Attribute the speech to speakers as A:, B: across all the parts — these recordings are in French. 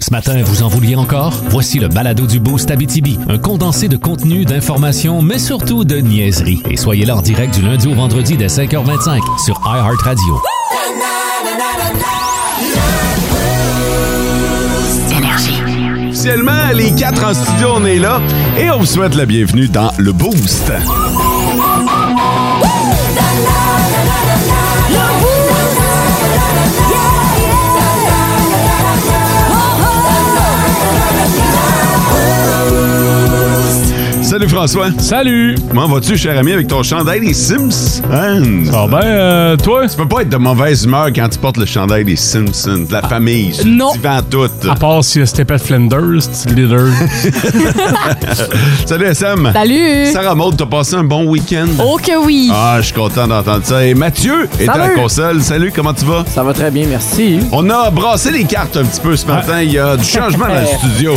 A: Ce matin, vous en vouliez encore? Voici le balado du Boost Abitibi, un condensé de contenu, d'informations, mais surtout de niaiseries. Et soyez là en direct du lundi au vendredi dès 5h25 sur iHeartRadio.
B: Officiellement, les quatre en studio, on est là et on vous souhaite la bienvenue dans le Boost. Salut François.
C: Salut!
B: Comment vas-tu, cher ami, avec ton chandail des Simpsons?
C: Ah ben, euh, toi?
B: Tu peux pas être de mauvaise humeur quand tu portes le chandail des Simpsons, de la famille, sur
C: non. Ah.
B: le divan tout.
C: À part si c'était pas Flinders, c'est le leader.
B: Salut SM.
D: Salut!
B: Sarah Maud, t'as passé un bon week-end?
D: Oh que oui!
B: Ah, je suis content d'entendre ça. Et Mathieu est à la
E: Salut.
B: console. Salut, comment tu vas?
E: Ça va très bien, merci.
B: On a brassé les cartes un petit peu ce matin. Il y a du changement dans le studio.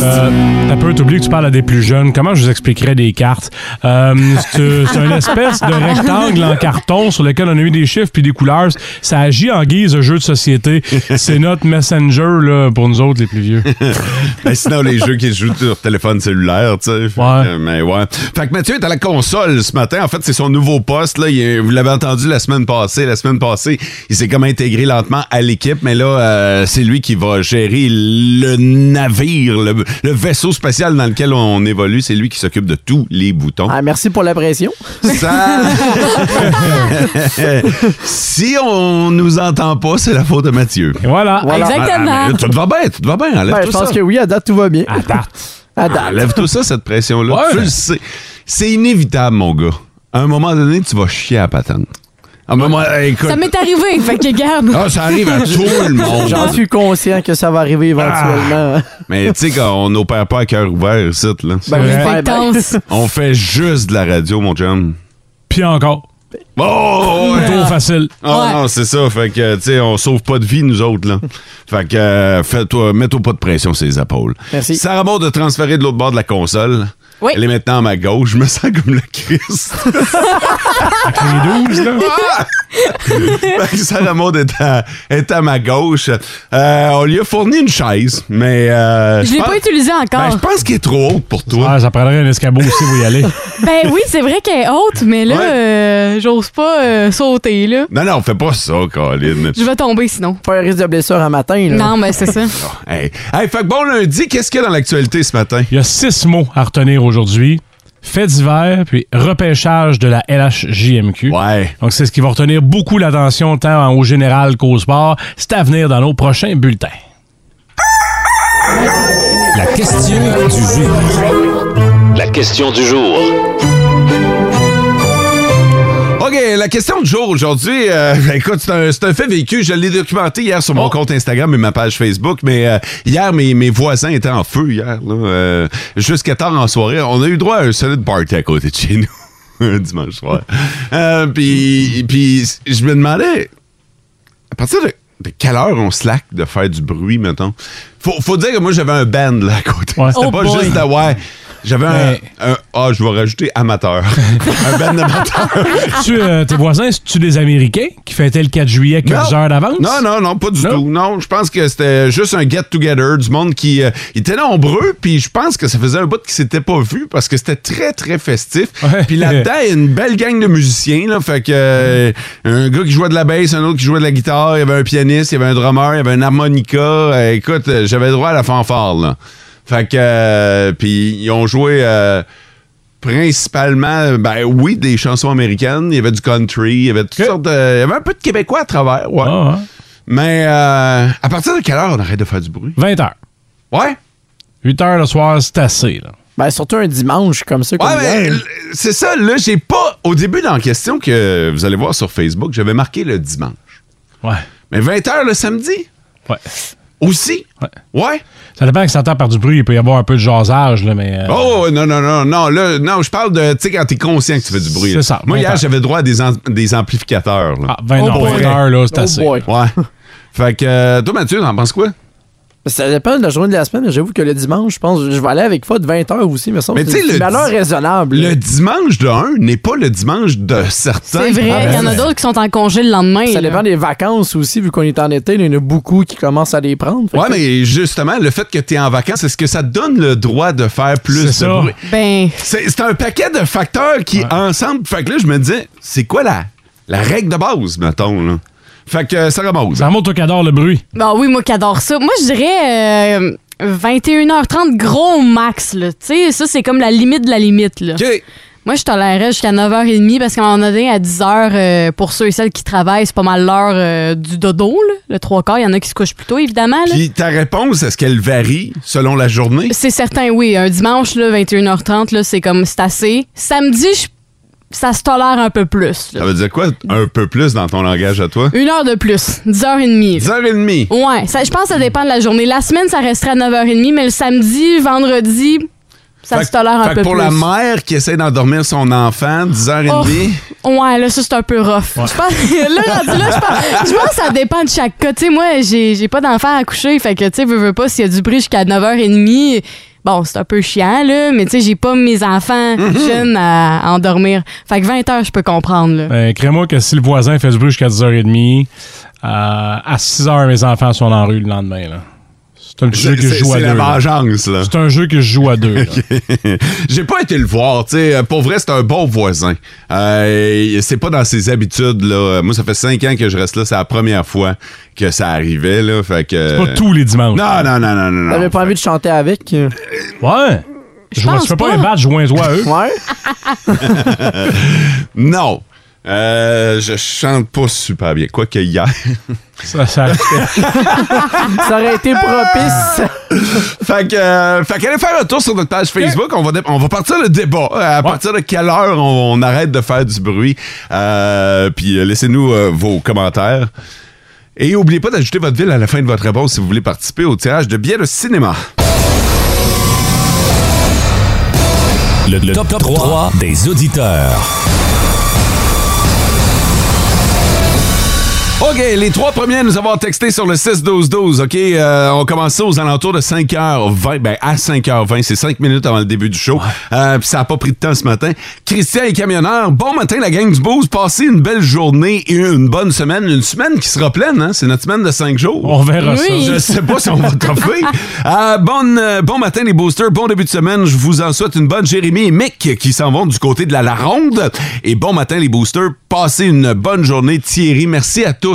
C: Euh, T'as peu, t'oublies que tu parles à des plus jeunes. Comment je vous expliquerai des cartes? Euh, c'est c'est une espèce de rectangle en carton sur lequel on a mis des chiffres puis des couleurs. Ça agit en guise de jeu de société. C'est notre messenger là, pour nous autres, les plus vieux.
B: Ben, sinon, les jeux qui se jouent sur téléphone cellulaire, tu sais. Fait que, Mais ouais. Fait que Mathieu est à la console ce matin. En fait, c'est son nouveau poste. Là. Il est- vous l'avez entendu la semaine passée. La semaine passée, il s'est comme intégré lentement à l'équipe. Mais là, euh, c'est lui qui va gérer le navire, le, le vaisseau spatial dans lequel on évolue. C'est lui qui s'occupe de tous les boutons.
E: Ah, merci pour la pression.
B: Ça... si on nous entend pas, c'est la faute de Mathieu.
C: Et voilà.
E: Voilà.
B: Ah,
D: Exactement!
B: mais tu te vas bien, tu te vas bien. Enlève
E: Ben, je
B: tout
E: pense
B: ça.
E: que oui, à date, tout va bien.
C: À date.
E: À date.
B: Enlève tout Ah, ça, cette pression-là.
C: Ouais.
B: Tu le sais. C'est inévitable, mon gars. À un moment donné, tu vas chier à la patente. À un moment, écoute.
D: Ça m'est arrivé, fait que garde!
B: Ah, ça arrive à tout le monde.
E: J'en suis conscient que ça va arriver
B: Ah.
E: éventuellement.
B: Mais tu sais, quand on n'opère pas à cœur ouvert, ici, là.
E: Ben,
C: vrai.
E: j'espère
D: Fait que
E: bien.
D: tense.
B: On fait juste de la radio, mon chum.
C: Puis encore.
B: Oh, ouais.
C: Trop facile.
B: Ah
D: Ouais.
B: non, c'est ça. Fait que, tu sais, on sauve pas de vie, nous autres, là. Fait que, euh, fais-toi, mets-toi pas de pression sur les épaules.
E: Merci.
B: Sarah Maud a transféré de l'autre bord de la console.
D: Oui.
B: Elle est maintenant à ma gauche. Je me sens comme le Christ. Ah!
C: Les 12, là.
B: Fait que Sarah Maud est à, est à ma gauche. Euh, on lui a fourni une chaise, mais. euh,
D: Je l'ai
B: pense-
D: pas utilisé
B: Ben, je
D: encore.
B: pense qu'elle est trop haute pour toi.
C: Ah, ça prendrait un escabeau aussi pour y aller.
D: Ben oui, c'est vrai qu'elle est haute, mais là,
B: Ouais.
D: euh, j'ose pas euh, sauter, là.
B: Non, non, fais pas ça, Colin.
D: Je vais tomber sinon.
E: Pas un risque de blessure un matin. Là.
D: Non, mais c'est ça.
B: Hey. Hey, fait que bon lundi, qu'est-ce qu'il y a dans l'actualité ce matin?
C: Il y a six mots à retenir aujourd'hui. Fait d'hiver, puis repêchage de la LHJMQ.
B: Ouais.
C: Donc, c'est ce qui va retenir beaucoup l'attention tant au général qu'au sport. C'est à venir dans nos prochains bulletins.
A: La question du jour.
F: La question du jour.
B: OK, la question du jour aujourd'hui, euh, ben, écoute, c'est un, c'est un fait vécu. Je l'ai documenté hier sur mon
C: Oh.
B: compte Instagram et ma page Facebook, mais euh, hier, mes, mes voisins étaient en feu hier, là, euh, jusqu'à tard en soirée. On a eu droit à un solide party à côté de chez nous, un dimanche soir. Euh, Puis puis je me demandais, à partir de, de quelle heure on slack de faire du bruit, mettons? Faut, faut dire que moi, j'avais un band là à côté.
C: Ouais.
B: C'était
C: Oh
B: pas
C: boy.
B: juste à ouais. J'avais un-
C: Mais-
B: un. Ah, je vais rajouter amateur. un band amateur.
C: tu, euh, tes voisins, c'est-tu des Américains qui fêtaient le 4 juillet
B: Non.
C: 15 heures d'avance?
B: Non, non, non, pas du
C: Non?
B: tout. Non, je pense que c'était juste un get-together du monde qui euh, était nombreux, puis je pense que ça faisait un bout qu'ils s'étaient pas vus parce que c'était très, très festif.
C: Ouais.
B: Puis là-dedans, il y a une belle gang de musiciens, là, fait que euh, un gars qui jouait de la basse, un autre qui jouait de la guitare, il y avait un pianiste, il y avait un drummer, il y avait un harmonica. Euh, écoute, euh, j'avais droit à la fanfare, là. Fait que, euh, puis ils ont joué... euh, principalement, ben oui, des chansons américaines. Il y avait du country, il y avait toutes
C: Ok.
B: sortes de. Il y avait un peu de Québécois à travers, ouais.
C: Ah, hein.
B: Mais euh, à partir de quelle heure on arrête de faire du bruit?
C: 20 heures.
B: Ouais?
C: 8 heures le soir, c'est assez. là.
E: Ben, surtout un dimanche comme ça. Comme
B: Ouais, mais
E: hier.
B: l- c'est ça, là, j'ai pas. Au début, dans la question que vous allez voir sur Facebook, j'avais marqué le dimanche.
C: Ouais.
B: Mais 20h le samedi
C: Ouais.
B: aussi? Ouais.
C: Ça dépend que ça entend par du bruit. Il peut y avoir un peu de jasage, là, mais. euh,
B: Oh, non, non, non, non. Là, non, je parle de. Tu sais, quand t'es conscient que tu fais du bruit.
C: C'est
B: là.
C: ça,
B: Moi, hier,
C: 20h.
B: j'avais droit à des, am- des amplificateurs. là.
C: Ah, 20
E: Oh
C: non,
E: boy.
C: 20 heures, là, c'est
E: Oh
C: assez.
E: boy.
B: Ouais. fait que, euh, toi, Mathieu, t'en penses quoi?
E: Ça dépend de la journée de la semaine. mais J'avoue que le dimanche, je pense, je vais aller avec Fod 20h aussi, mais ça,
B: Mais tu sais,
E: c'est
B: le
E: une valeur
B: di-
E: raisonnable.
B: Le dimanche de un n'est pas le dimanche de certains.
D: C'est vrai, il y en a d'autres qui sont en congé le lendemain.
E: Ça
D: là.
E: dépend des vacances aussi, vu qu'on est en été, il y en a beaucoup qui commencent à les prendre. Fait
B: Ouais,
E: que-
B: mais justement, le fait que t'es en vacances, est-ce que ça te donne le droit de faire plus
C: C'est
B: de
C: ça.
B: bruit?
D: Ben,
B: C'est c'est un paquet de facteurs qui, ensemble, fait que là, je me disais, c'est quoi la, la règle de base, mettons, là? Fait que euh, ça remonte.
C: Ça remonte au cadre le bruit.
D: ben oui, moi qui adore ça. Moi, je dirais euh, 21h30 gros max, là. Tu sais, ça, c'est comme la limite de la limite, là.
B: OK.
D: Moi, je tolérais jusqu'à 9h30 parce qu'à un moment donné, à 10h, euh, pour ceux et celles qui travaillent, c'est pas mal l'heure euh, du dodo, là. Le trois quarts, il y en a qui se couchent plus tôt, évidemment, là.
B: Puis ta réponse, est-ce qu'elle varie selon la journée?
D: C'est certain, oui. Un dimanche, là, 21h30, là, c'est comme, c'est assez. Samedi, je- ça se tolère un peu plus. là.
B: Ça veut dire quoi un peu plus dans ton langage à toi?
D: Une heure de plus, 10h30.
B: 10h30.
D: Ouais, ça, je pense que ça dépend de la journée. La semaine, ça resterait à 9h30, mais le samedi, vendredi, ça
B: Fait
D: se tolère un
B: fait que
D: peu
B: pour
D: plus.
B: la mère qui essaie d'endormir son enfant, 10h30.
D: Oh. Ouais, là, ça, c'est un peu rough. Je pense, là, rendu là, je pense, je pense que ça dépend de chaque cas. Tu sais, moi, j'ai j'ai pas d'enfant à coucher, fait que, tu sais, veux, veux pas, s'il y a du bruit jusqu'à 9h30, bon, c'est un peu chiant, là, mais tu sais, j'ai pas mes enfants
B: Mhm.
D: jeunes à, à endormir. Fait que 20h, je peux comprendre, là.
C: Ben, Crée-moi que si le voisin fait du bruit jusqu'à 10h30, euh, à 6h, mes enfants sont en rue le lendemain. là. C'est un petit
B: C'est
C: jeu que je
B: c'est-
C: joue à
B: c'est la
C: deux. là.
B: vengeance, là.
C: C'est un jeu que je joue à deux. là.
B: J'ai pas été le voir, tu sais. Pour vrai, c'est un bon voisin. Euh, c'est pas dans ses habitudes, là. Moi, ça fait cinq ans que je reste là. C'est la première fois que ça arrivait, là. Fait que.
C: Pas tous les dimanches.
B: Non, non, non, non, non. non.
E: T'avais pas envie de chanter avec? euh,
C: Ouais. Je vois,
D: pense
C: tu fais pas
D: pas.
C: les battre, joins-toi à eux.
E: Ouais.
B: Non. Euh, je chante pas super bien. Quoique hier.
C: Ça, ça-
E: ça aurait été propice.
B: fait que, euh, fait qu'allez faire un tour sur notre page Facebook. On va, dé- on va partir le débat. Euh, À partir de quelle heure on, on arrête de faire du bruit? Euh, puis euh, laissez-nous euh, vos commentaires. Et n'oubliez pas d'ajouter votre ville à la fin de votre réponse si vous voulez participer au tirage de billets de cinéma.
A: Le, le top, 3 des auditeurs.
B: OK, les trois premiers à nous avoir texté sur le 6-12-12, OK? Euh, on commence ça aux alentours de 5h20, ben à 5h20, c'est 5 minutes avant le début du show. Euh, puis ça n'a pas pris de temps ce matin. Christian et camionneur, bon matin la gang du Boost, passez une belle journée et une bonne semaine. Une semaine qui sera pleine, hein? C'est notre semaine de 5 jours.
C: on verra
D: Oui.
C: ça.
B: Je sais pas si on va toffer. Euh, bonne, euh, bon matin, les boosters. Bon début de semaine. Je vous en souhaite une bonne. Jérémy et Mick qui s'en vont du côté de la Laronde. Et bon matin, les boosters. Passez une bonne journée. Thierry, merci à tous.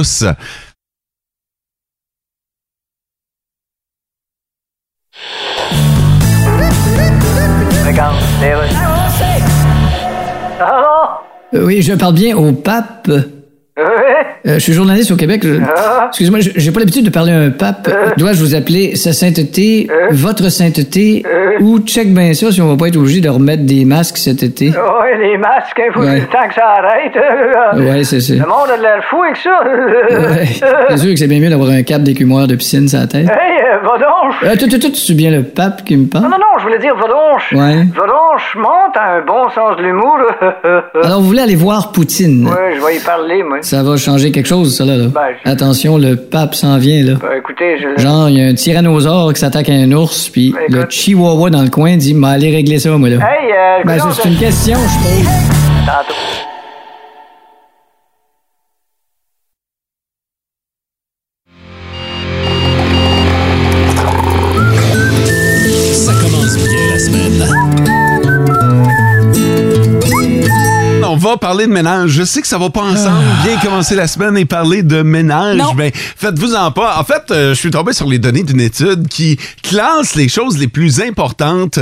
G: Euh, oui, je parle bien au pape. Euh, je suis journaliste au Québec. je-
H: Ah.
G: Excusez-moi, je- j'ai pas l'habitude de parler à un pape.
H: Euh.
G: Dois-je vous appeler Sa Sainteté, Votre Sainteté,
H: Euh.
G: ou check bien ça si on va pas être obligé de remettre des masques cet été?
H: Ouais, les masques, il faut
G: Ouais.
H: le temps que ça arrête. euh, Le
G: Ouais, c'est ça.
H: monde a de l'air fou avec ça. Euh.
G: Ouais. C'est sûr que c'est bien mieux d'avoir un cap d'écumeur de piscine sur la tête.
H: Hey, euh, Vadonche.
G: Euh, tout, tout, tout, c'est bien le pape qui me
H: Non,
G: parle?
H: non, non, je voulais dire Vadonche.
G: Ouais.
H: Vadonche monte à un bon sens de l'humour.
G: Alors, vous voulez aller voir Poutine?
H: ouais, je vais y parler, moi.
G: Ça va changer quelque chose, ça, là. là.
H: Ben, je-
G: Attention, le pape s'en vient, là.
H: Bah, écoutez, je...
G: Genre, il y a un tyrannosaure qui s'attaque à un ours, puis
H: Ben,
G: le
H: écoute.
G: chihuahua dans le coin dit M'a allez régler ça, moi, là.
H: Hey, euh,
G: ben,
H: coudonc,
G: ça, c'est une question, je pose.
H: tantôt.
A: Ça commence bien la semaine.
B: On va parler de ménage. Je sais que ça va pas ensemble. Bien commencer la semaine et parler de ménage.
D: Non.
B: Ben, faites-vous en pas. En fait, euh, je suis tombé sur les données d'une étude qui classe les choses les plus importantes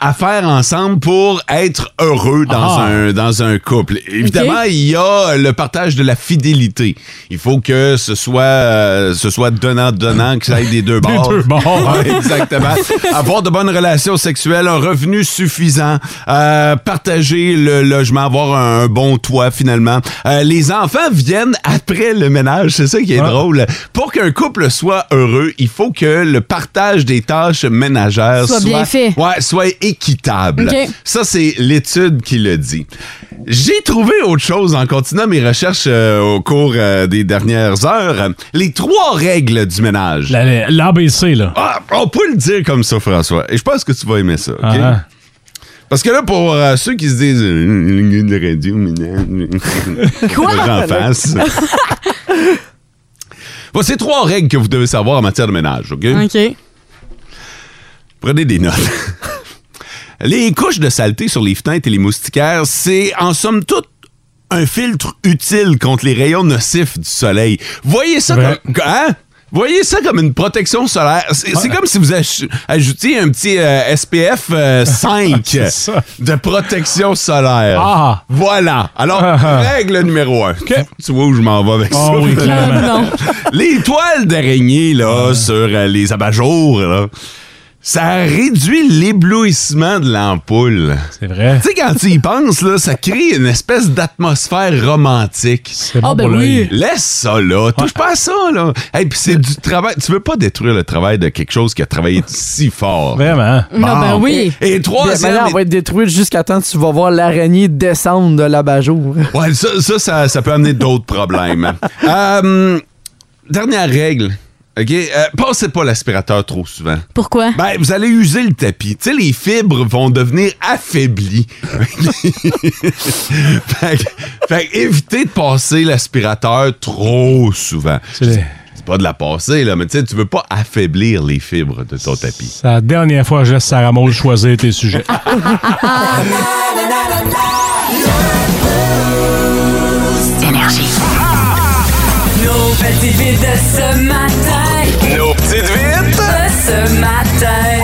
B: à faire ensemble pour être heureux dans,
C: Ah.
B: un, dans un couple. Évidemment,
D: Ok.
B: il y a le partage de la fidélité. Il faut que ce soit, euh, ce soit donnant-donnant, que ça aille des deux bords.
C: deux bords.
B: Ouais, Exactement. Avoir de bonnes relations sexuelles, un revenu suffisant, euh, partager le logement, avoir un, un bon toit finalement. Euh, les enfants viennent après le ménage, c'est ça qui est
C: Ouais.
B: drôle. Pour qu'un couple soit heureux, il faut que le partage des tâches ménagères
D: Soit bien fait.
B: Ouais, soit équitable.
D: OK.
B: Ça, c'est l'étude qui le dit. J'ai trouvé autre chose en continuant mes recherches euh, au cours euh, des dernières heures. Les trois règles du ménage.
C: La- L'ABC, là.
B: Ah, on peut le dire comme ça, François. Et je pense que tu vas aimer ça, OK?
C: Ah, ah.
B: Parce que là, pour euh, ceux qui se disent... euh, de radio, mais... Quoi? J'en face. Bon, c'est trois règles que vous devez savoir en matière de ménage, OK?
D: OK.
B: Prenez des notes. les couches de saleté sur les fenêtres et les moustiquaires, c'est en somme toute un filtre utile contre les rayons nocifs du soleil. Voyez ça
C: Vrai.
B: comme... Hein? Voyez ça comme une protection solaire. C'est c'est comme si vous aj- ajoutiez un petit euh, SPF euh, 5
C: C'est ça.
B: de protection solaire.
C: Ah.
B: Voilà. Alors,
C: Ah, ah.
B: règle numéro 1. Tu vois où je m'en vais avec
C: Ah
B: ça?
C: oui, clairement.
D: Non.
B: les toiles d'araignée là sur euh, les abat-jours là, ça réduit l'éblouissement de l'ampoule.
C: C'est vrai.
B: Tu sais quand tu y penses là, ça crée une espèce d'atmosphère romantique.
C: C'est bon
D: Ah, ben
C: pour
D: oui.
C: l'œil.
B: Laisse ça là, touche pas à ça là. Et puis c'est du travail, tu veux pas détruire le travail de quelque chose qui a travaillé si fort.
C: Vraiment.
D: Non, ben oui.
B: Et
E: Mais
B: troisième,
E: maintenant,
B: et-
E: on va être détruite jusqu'à temps que tu vas voir l'araignée descendre de l'abat-jour.
B: Ouais, ça, ça, ça, ça peut amener d'autres problèmes. Euh, dernière règle, ok, Euh, passez pas l'aspirateur trop souvent.
D: Pourquoi?
B: Ben, vous allez user le tapis. Tu sais, les fibres vont devenir affaiblies. fait, que- fait que évitez de passer l'aspirateur trop souvent.
C: C'est les-
B: C'est pas de la passer, là, mais tu sais, tu veux pas affaiblir les fibres de ton tapis.
C: C'est la dernière fois que je laisse Sarah Maud choisir tes sujets.
D: Ah.
I: Nos petites vites de ce matin.
F: Nos petites vites.
I: De ce matin.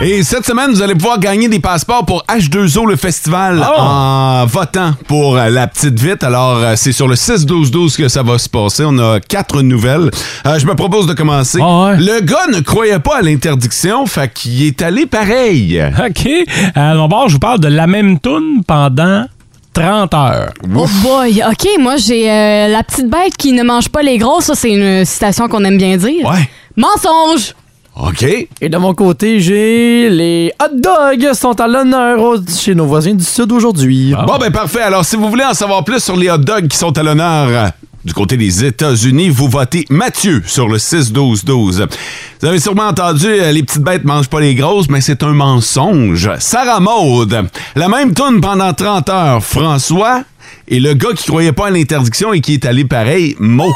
B: Et cette semaine, vous allez pouvoir gagner des passeports pour H2O, le festival,
C: Ah
B: en votant pour euh, la petite vite. Alors, euh, c'est sur le 6-12-12 que ça va se passer. On a quatre nouvelles. Euh, je me propose de commencer.
C: Ah ouais?
B: Le gars ne croyait pas à l'interdiction, fait qu'il est allé pareil.
C: OK. À mon bord, je vous parle de la même toune pendant 30 heures.
D: Oh boy, ok, moi j'ai euh, la petite bête qui ne mange pas les grosses, ça c'est une citation qu'on aime bien dire.
B: Ouais.
D: Mensonge!
B: OK.
E: Et de mon côté, j'ai les hot dogs sont à l'honneur au- chez nos voisins du sud aujourd'hui.
B: Bon, ben parfait. Alors, si vous voulez en savoir plus sur les hot dogs qui sont à l'honneur euh, du côté des États-Unis, vous votez Mathieu sur le 6-12-12. Vous avez sûrement entendu euh, les petites bêtes mangent pas les grosses, mais c'est un mensonge. Sarah Maude, la même tourne pendant 30 heures. François et le gars qui croyait pas à l'interdiction et qui est allé pareil, Mo.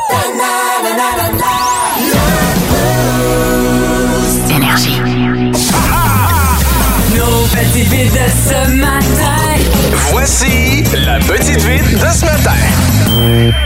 I: Nos petites vites de ce matin.
F: Voici la petite vite de ce matin.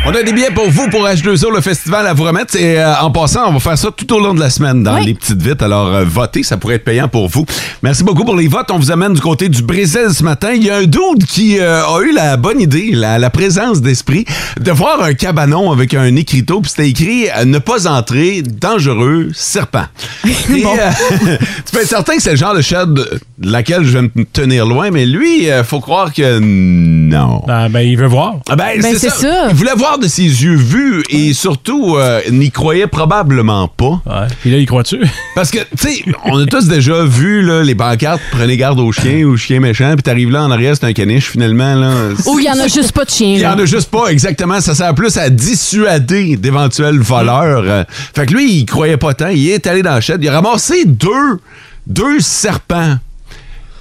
B: On a des billets pour vous pour H2O, le festival à vous remettre. Et euh, en passant, on va faire ça tout au long de la semaine dans
D: Oui.
B: les petites vites. Alors, euh, votez, ça pourrait être payant pour vous. Merci beaucoup pour les votes. On vous amène du côté du Brésil ce matin. Il y a un dude qui euh, a eu la bonne idée, la, la présence d'esprit, de voir un cabanon avec un écriteau. Puis c'était écrit euh, Ne pas entrer, dangereux, serpent. Et, euh, tu peux être certain que c'est le genre de chaîne de de laquelle je vais me tenir loin, mais lui, euh, faut croire que non.
C: Ah, ben, il veut voir.
B: Ah Ben,
D: Ben,
B: c'est
D: c'est
B: ça.
D: ça.
B: Il voulait voir de ses yeux vus et surtout euh, n'y croyait probablement pas.
C: Ouais. Puis là, il croit-tu?
B: Parce que, tu sais, on a tous déjà vu là, les pancartes prenez garde aux chiens ou chiens méchants, puis t'arrives là en arrière, c'est un caniche finalement. Là.
D: Ou il y en a juste pas de chien.
B: Il y en
D: là.
B: a juste pas, exactement. Ça sert plus à dissuader d'éventuels voleurs. Euh, Fait que lui, il croyait pas tant. Il est allé dans la chaîne. Il a ramassé deux, deux serpents.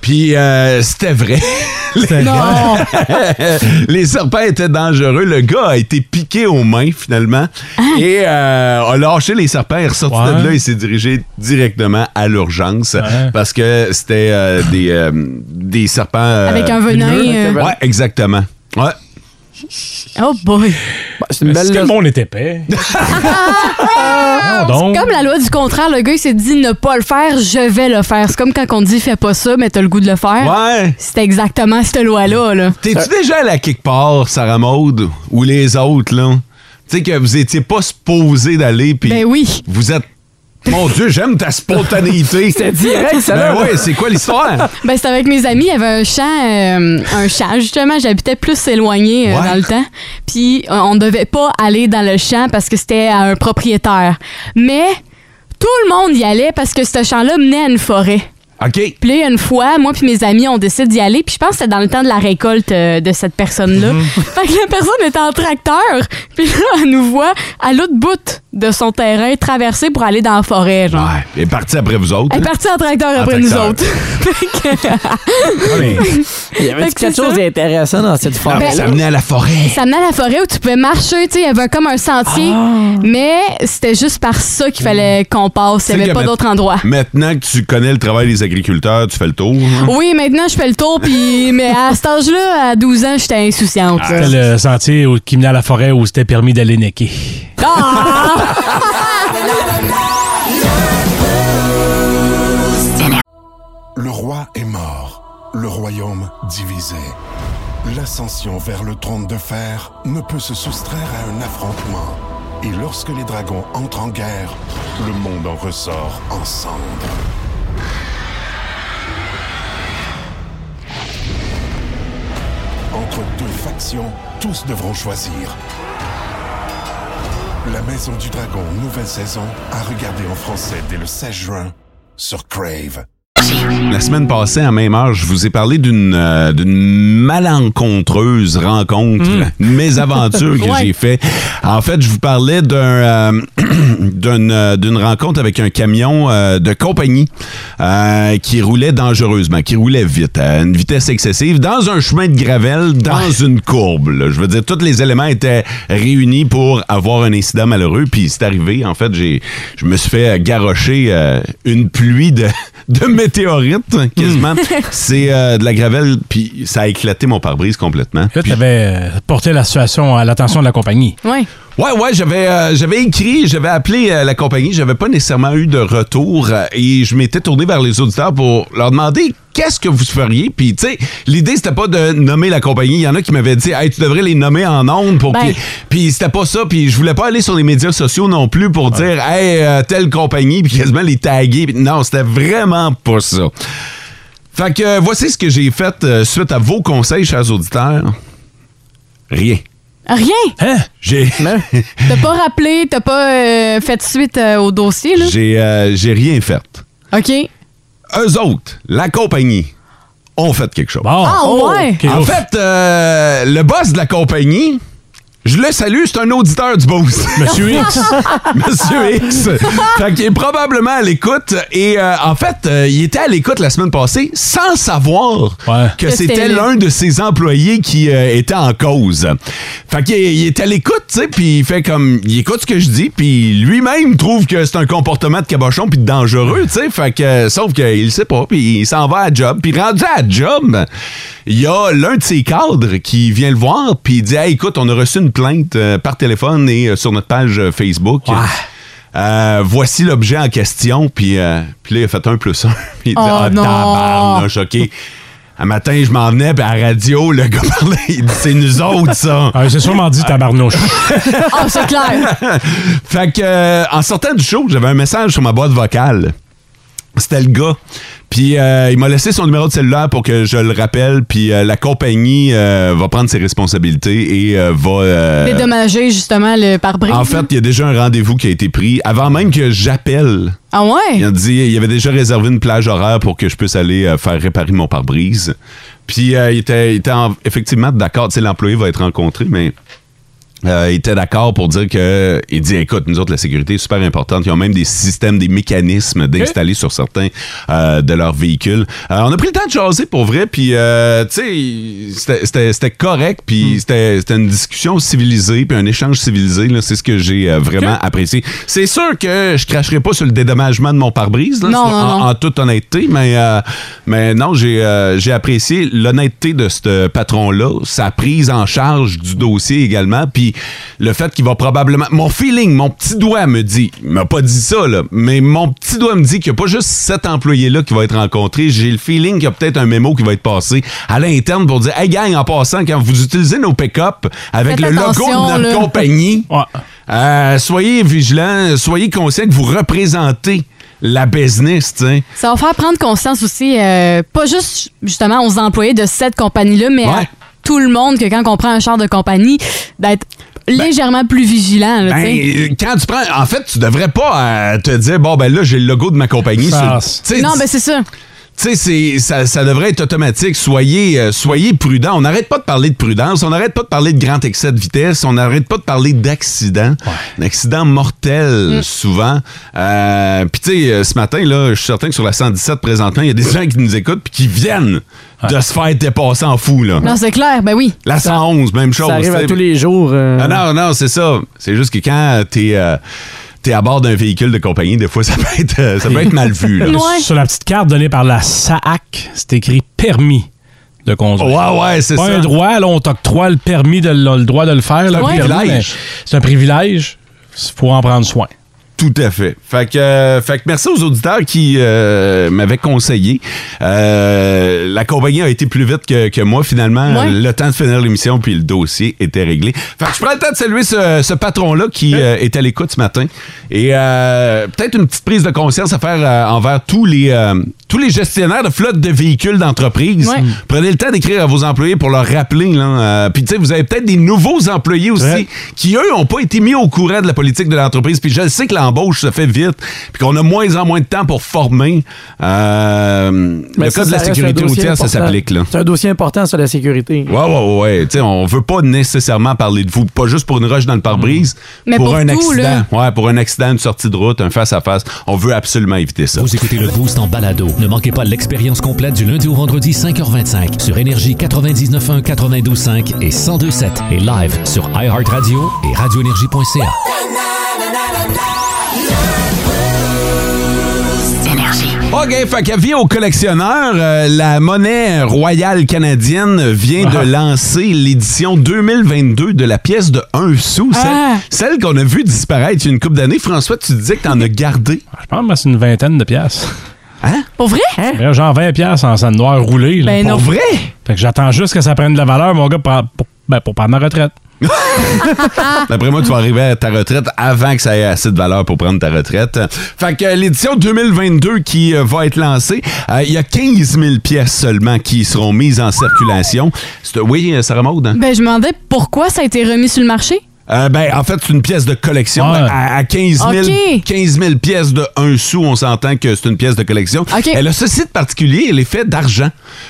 B: Puis euh, c'était vrai. Les-
I: Non.
B: Les serpents étaient dangereux. Le gars a été piqué aux mains, finalement, et euh, a lâché les serpents. Il est ressorti
C: Ouais.
B: de là et s'est dirigé directement à l'urgence
C: Ouais.
B: parce que c'était euh, des, euh, des serpents. euh,
D: Avec un venin, euh.
B: Ouais, exactement. Ouais.
D: Oh boy!
E: Bah, C'est
C: Est-ce que le monde est épais? Ah, donc.
D: C'est comme la loi du contraire, le gars il s'est dit ne pas le faire, je vais le faire. C'est comme quand on dit fais pas ça, mais t'as le goût de le faire.
B: Ouais.
D: C'est exactement cette loi-là. Là.
B: T'es-tu déjà allé à quelque part, Sarah Maud, ou les autres, là? Tu sais que vous étiez pas supposé d'aller, puis
D: Ben oui.
B: vous êtes... Mon Dieu, j'aime ta spontanéité.
E: C'était direct, ça, là.
B: Ben ouais, c'est quoi l'histoire?
D: Ben, c'était avec mes amis, il y avait un champ, euh, un champ. Justement, j'habitais plus éloigné euh,
B: Ouais.
D: dans le temps. Puis, euh, on devait pas aller dans le champ parce que c'était à un propriétaire. Mais, tout le monde y allait parce que ce champ-là menait à une forêt.
B: OK.
D: Puis là, une fois, moi puis mes amis, on décide d'y aller. Puis je pense que c'était dans le temps de la récolte euh, de cette personne-là.
B: Mhm.
D: Fait que la personne était en tracteur. Puis là, elle nous voit à l'autre bout de son terrain, traversé pour aller dans la forêt, genre.
B: Ouais, il est parti après vous autres.
D: Elle est partie en tracteur après
B: tracteur.
D: nous autres. Fait que-
E: Il y avait
D: Fait que
E: quelque
D: c'est
E: chose
D: ça.
E: d'intéressant dans cette
B: Ah,
E: forme.
D: Ben,
B: ça menait à la forêt.
D: Ça menait à la forêt où tu pouvais marcher, tu sais, il y avait comme un sentier, mais c'était juste par ça qu'il fallait qu'on passe, il n'y
B: Ah. Hmm. C'est
D: avait
B: que
D: pas
B: ma-
D: d'autre endroit.
B: Maintenant que tu connais le travail des agriculteurs, tu fais le tour. hein?
D: Oui, maintenant je fais le tour, puis mais à cet âge-là, à 12 ans, j'étais insouciante.
B: Ah,
C: C'était le sentier où- qui menait à la forêt où c'était permis d'aller necker.
D: Ah!
J: Le roi est mort, le royaume divisé. L'ascension vers le trône de fer ne peut se soustraire à un affrontement. Et lorsque les dragons entrent en guerre, le monde en ressort ensemble. Entre deux factions, tous devront choisir. La Maison du Dragon, nouvelle saison, à regarder en français dès le 16 juin sur Crave.
B: La semaine passée, à même heure, je vous ai parlé d'une euh, d'une malencontreuse rencontre, une mésaventure que
D: Ouais.
B: j'ai fait. En fait, je vous parlais d'un euh, d'une euh, d'une rencontre avec un camion euh, de compagnie euh, qui roulait dangereusement, qui roulait vite, à une vitesse excessive, dans un chemin de gravel, dans une courbe. là. Je veux dire, tous les éléments étaient réunis pour avoir un incident malheureux, puis c'est arrivé. En fait, j'ai je me suis fait garrocher euh, une pluie de, de météorites, hein, quasiment. c'est euh, de la gravelle, puis ça a éclaté mon pare-brise complètement.
C: Là, tu avais porté la situation à l'attention de la compagnie.
D: Ouais.
B: Ouais, ouais, j'avais, euh, j'avais écrit, j'avais appelé euh, la compagnie, j'avais pas nécessairement eu de retour euh, et je m'étais tourné vers les auditeurs pour leur demander qu'est-ce que vous feriez. Puis, tu sais, l'idée, c'était pas de nommer la compagnie. Il y en a qui m'avaient dit, hey, tu devrais les nommer en ondes pour
D: Ben.
B: qu'ils- Puis, c'était pas ça. Puis, je voulais pas aller sur les médias sociaux non plus pour dire, hey, euh, telle compagnie, puis quasiment les taguer. Puis Non, c'était vraiment pas ça. Fait que euh, voici ce que j'ai fait euh, suite à vos conseils, chers auditeurs. Rien.
D: Rien!
C: Hein?
B: J'ai.
D: T'as pas rappelé, t'as pas euh, fait suite euh, au dossier, là?
B: J'ai euh, j'ai rien fait.
D: OK.
B: Eux autres, la compagnie, ont fait quelque chose.
C: Bon.
D: Ah,
C: Oh,
D: ouais.
C: ok,
B: en
C: ouf.
B: fait, euh, le boss de la compagnie, je le salue, c'est un auditeur du Boost.
C: Monsieur X.
B: Monsieur X. fait qu'il est probablement à l'écoute. Et euh, en fait, euh, il était à l'écoute la semaine passée sans savoir
C: Ouais.
B: que
D: Que
B: c'était
D: c'était lui.
B: l'un de ses employés qui euh, était en cause. Fait qu'il il est à l'écoute, tu sais, puis il fait comme... Il écoute ce que je dis, puis lui-même trouve que c'est un comportement de cabochon puis de dangereux, tu sais. Fait que... euh, Sauf qu'il sait pas, puis il s'en va à job. Puis rendu à job, il y a l'un de ses cadres qui vient le voir, puis il dit Hey, écoute, on a reçu une plainte euh, par téléphone et euh, sur notre page euh, Facebook. Euh, voici l'objet en question. Puis, euh, puis là, il a fait un plus un. Puis il dit,
D: Oh
B: ah,
D: non.
B: tabarnouche, OK. Un matin, je m'en venais, puis à la radio, le gars parlait, il dit, c'est nous autres, ça.
C: Ah, c'est sûrement dit tabarnouche.
D: Ah, c'est clair.
B: fait que, euh, en sortant du show, j'avais un message sur ma boîte vocale. C'était le gars. Puis euh, il m'a laissé son numéro de cellulaire pour que je le rappelle. Puis euh, la compagnie euh, va prendre ses responsabilités et euh, va... euh,
D: Dédommager, justement, le pare-brise.
B: en fait, il y a déjà un rendez-vous qui a été pris avant même que j'appelle.
D: Ah, ouais?
B: Il a dit il avait déjà réservé une plage horaire pour que je puisse aller euh, faire réparer mon pare-brise. Puis euh, il était, il était en- effectivement d'accord. Tu sais, l'employé va être rencontré, mais euh, était d'accord pour dire que il dit écoute nous autres la sécurité est super importante ils ont même des systèmes des mécanismes d'installer sur certains euh, de leurs véhicules Euh, on a pris le temps de jaser pour vrai puis euh, tu sais c'était- c'était c'était correct puis c'était c'était une discussion civilisée puis un échange civilisé là c'est ce que j'ai euh, vraiment apprécié c'est sûr que je cracherai pas sur le dédommagement de mon pare-brise là,
D: Non,
B: en-
D: non, non.
B: en toute honnêteté, mais, euh, mais non, j'ai euh, j'ai apprécié l'honnêteté de ce patron-là, sa prise en charge du dossier également, puis le fait qu'il va probablement... Mon feeling, mon petit doigt me dit, il m'a pas dit ça, là, mais mon petit doigt me dit qu'il n'y a pas juste cet employé-là qui va être rencontré, j'ai le feeling qu'il y a peut-être un mémo qui va être passé à l'interne pour dire, « Hey gang, en passant, quand vous utilisez nos pick-up avec
D: Faites
B: le logo de
D: attention,
B: notre
D: là.
B: compagnie, euh, soyez vigilants, soyez conscients que vous représentez la business, tu sais.
D: Ça va faire prendre conscience aussi, euh, pas juste justement aux employés de cette compagnie-là, mais à
B: Ouais.
D: tout le monde que quand on prend un char de compagnie, d'être légèrement plus vigilant. là, tu sais.
B: Ben, quand tu prends. En fait, tu devrais pas euh, te dire, bon, ben là, j'ai le logo de ma compagnie.
D: Ça-
B: sur- tu sais,
D: non, ben c'est ça.
B: Tu sais, c'est- ça, ça devrait être automatique. Soyez, euh, soyez prudents. On n'arrête pas de parler de prudence. On n'arrête pas de parler de grand excès de vitesse. On n'arrête pas de parler d'accidents. D'accidents
E: Mm.
B: mortels, souvent. Euh, puis, tu sais, euh, ce matin, là, je suis certain que sur la 117, présentement, il y a des gens qui nous écoutent puis qui viennent de se faire dépasser en fou, là.
D: Non, c'est clair, ben oui.
B: La 111, même chose.
E: Ça arrive à
B: t'sais.
E: tous les jours. euh,
B: Ah non, non, c'est ça. C'est juste que quand t'es euh, t'es à bord d'un véhicule de compagnie, des fois, ça peut être, euh, ça peut être mal vu. Là.
C: Sur la petite carte donnée par la SAAC, c'est écrit permis de conduire.
B: Ouais, ouais, c'est
C: Pas
B: ça.
C: un droit, là, on t'octroie le permis, de, le, le droit de le faire.
B: C'est
C: là,
B: un
C: le permis,
B: privilège.
C: mais C'est un privilège. Il faut en prendre soin.
B: Tout à fait. Fait que, euh, fait que merci aux auditeurs qui euh, m'avaient conseillé. Euh, la compagnie a été plus vite que, que moi, finalement.
D: Ouais.
B: Le temps de finir l'émission, puis le dossier était réglé. Fait que je prends le temps de saluer ce, ce patron-là qui euh, est à l'écoute ce matin. Et euh, peut-être une petite prise de conscience à faire euh, envers tous les, euh, tous les gestionnaires de flotte de véhicules d'entreprise.
D: Ouais.
B: Prenez le temps d'écrire à vos employés pour leur rappeler. Là, Euh, puis, tu sais, vous avez peut-être des nouveaux employés aussi qui, eux, n'ont pas été mis au courant de la politique de l'entreprise. Puis, je le sais que l'embauche se fait vite, puis qu'on a moins en moins de temps pour former. Euh,
E: mais
B: le
E: ça,
B: code de la
E: ça reste
B: sécurité
E: un dossier
B: routière, ça
E: important.
B: s'applique. là.
E: C'est un dossier important sur la sécurité.
B: Ouais, ouais, ouais. Tu sais, on veut pas nécessairement parler de vous, pas juste pour une roche dans le pare-brise,
D: Mais pour
B: un
D: tout,
B: accident. Ouais, pour un accident, une sortie de route, un face-à-face. On veut absolument éviter ça.
A: Vous écoutez le Boost en balado. Ne manquez pas l'expérience complète du lundi au vendredi 5h25 sur Énergie 99.1, 92.5 et 102.7 et live sur iHeartRadio et radioénergie.ca.
B: OK, fait qu'avis aux collectionneurs, euh, la monnaie royale canadienne vient de lancer l'édition 2022 de la pièce de 1 sou, celle,
D: Ah.
B: celle qu'on a vue disparaître il y a une couple d'années. François, tu disais que t'en as gardé.
C: Ah, Je pense que c'est une vingtaine de piastres.
D: Pour vrai?
C: Mais là, Genre 20 piastres en scène noire roulée. là.
D: Ben non.
B: Hein? Vrai?
C: Fait que j'attends juste que ça prenne de la valeur, mon gars, pour, pour- ben, pour prendre ma retraite.
B: D'après moi, tu vas arriver à ta retraite avant que ça ait assez de valeur pour prendre ta retraite. Fait que euh, l'édition 2022 qui euh, va être lancée, euh, il y a 15 000 pièces seulement qui seront mises en circulation. C'est- Oui, euh, Sarah Maud? hein?
D: Ben je me demandais pourquoi ça a été remis sur le marché.
B: Euh, ben, en fait, c'est une pièce de collection.
C: Ouais.
B: À, à 15, 000,
D: Ok.
B: 15 000 pièces de 1 sou, on s'entend que c'est une pièce de collection.
D: Ok.
B: Elle a ceci de particulier, elle est faite d'argent.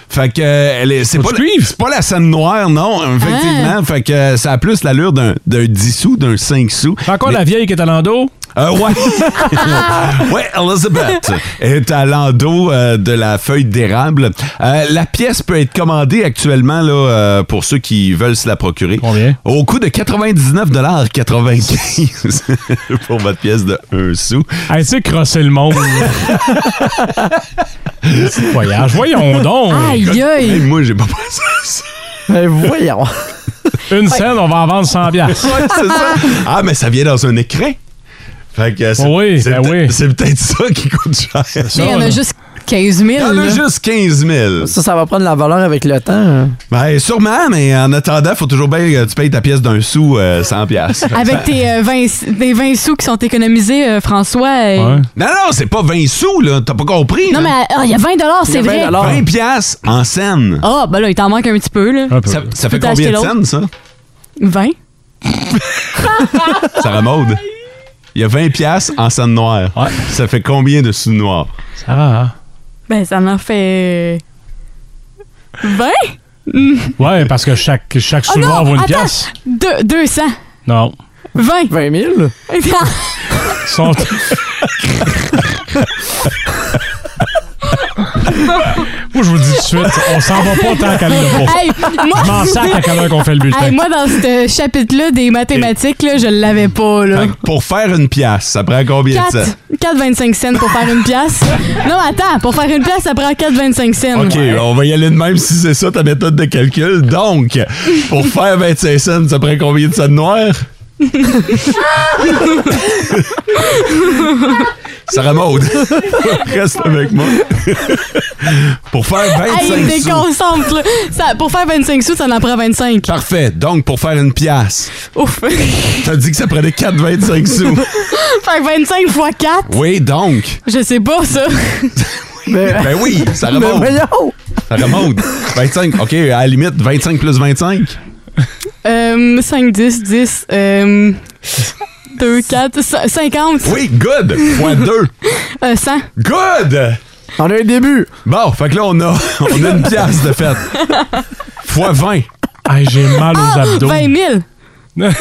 B: Fait que euh, elle est- c'est pas,
C: tu
B: la-
C: suivre?
B: c'est pas la scène noire, non,
D: Ah.
B: effectivement. Fait que euh, ça a plus l'allure d'un d'un 10 sous, d'un 5 sous.
C: Fait encore
B: Mais-
C: la vieille qui est à l'endo.
B: euh, ouais. ouais, Elizabeth est à l'endos euh, de la feuille d'érable. Euh, la pièce peut être commandée actuellement là, euh, pour ceux qui veulent se la procurer.
C: Combien?
B: Au coût de 99,95 pour votre pièce de 1 sou.
C: Hey, tu sais, crosser le monde. c'est voyage. Voyons donc.
D: Aïe
B: Hey,
D: aïe!
B: moi, j'ai pas pensé à ça.
E: Mais voyons.
C: Une scène, on va en vendre 100 piastres.
B: Ouais, c'est ça. Ah, mais ça vient dans un écran. Fait que c'est
C: Oui,
B: c'est
C: ben
B: peut-être-
C: oui.
B: c'est peut-être ça qui coûte cher.
D: Mais Il y en
C: là.
D: a juste 15 000.
B: Il y en a
D: là.
B: juste 15 000.
E: Ça, ça va prendre la valeur avec le temps.
B: Ben, sûrement, mais en attendant, faut toujours bien que tu payes ta pièce d'un sou euh, 100 pièces.
C: Ben,
D: Avec tes, euh, 20, tes 20 sous qui sont économisés, euh, François. euh,
C: Ouais.
B: Non, non, c'est pas 20 sous, là. T'as pas compris.
D: Non, mais
B: là.
D: ah, il y a 20 c'est vrai.
E: alors
B: 20 piastres en scène.
D: Ah, ben là, il t'en manque un petit peu, là.
C: Un peu.
B: Ça, ça fait
D: peux
B: combien de
D: t'acheter
B: scènes, ça?
D: 20?
B: Sarah Maude. Il y a 20 piastres en scène noire.
C: Ouais.
B: Ça fait combien de sous noirs?
C: Ça va, hein?
D: Ben, ça en fait. euh, 20?
C: Ouais, parce que chaque, chaque
D: Oh
C: sous-noir
D: Ah, non,
C: vaut une
D: attends.
C: pièce.
D: Deux- 200.
C: Non.
D: 20.
E: 20 000?
C: Sont... Moi, je vous le dis tout de suite, on s'en va pas tant qu'à l'île
D: Hey, moi-
C: Je m'en sacre à comment qu'on fait le bulletin.
D: Hey, moi, dans ce chapitre-là des mathématiques, là, je l'avais pas. Là.
B: Fait que Pour faire une pièce, ça prend combien
D: 4,
B: de temps?
D: 4,25 cents pour faire une pièce. non, attends, pour faire une pièce, ça prend 4,25 cents.
B: OK, on va y aller de même si c'est ça ta méthode de calcul. Donc, pour faire 25 cents, ça prend combien de cents noirs? Sarah Maud, reste avec moi. pour faire 25
D: Hey, il me
B: sous.
D: déconcentre, là. Ça- pour faire 25 sous, ça en prend 25.
B: Parfait. Donc, pour faire une pièce,
D: Ouf.
B: t'as dit que ça prenait 4,25 sous.
D: Faire 25 fois 4,
B: Oui, donc.
D: je sais pas ça.
B: Ben oui, ça
E: Mais
B: remonte.
E: voyons!
B: Ça remonte. 25. OK, à la limite, 25 plus 25.
D: Euh, 5, 10, 10, euh, 2, 4, 50,
B: Oui, good. Fois 2.
D: euh, 100.
B: Good!
E: On a un début!
B: Bon, fait que là, on a, on a une pièce de fête. Fois 20.
C: Hey, J'ai mal
D: Ah!
C: aux abdos.
D: 20 000.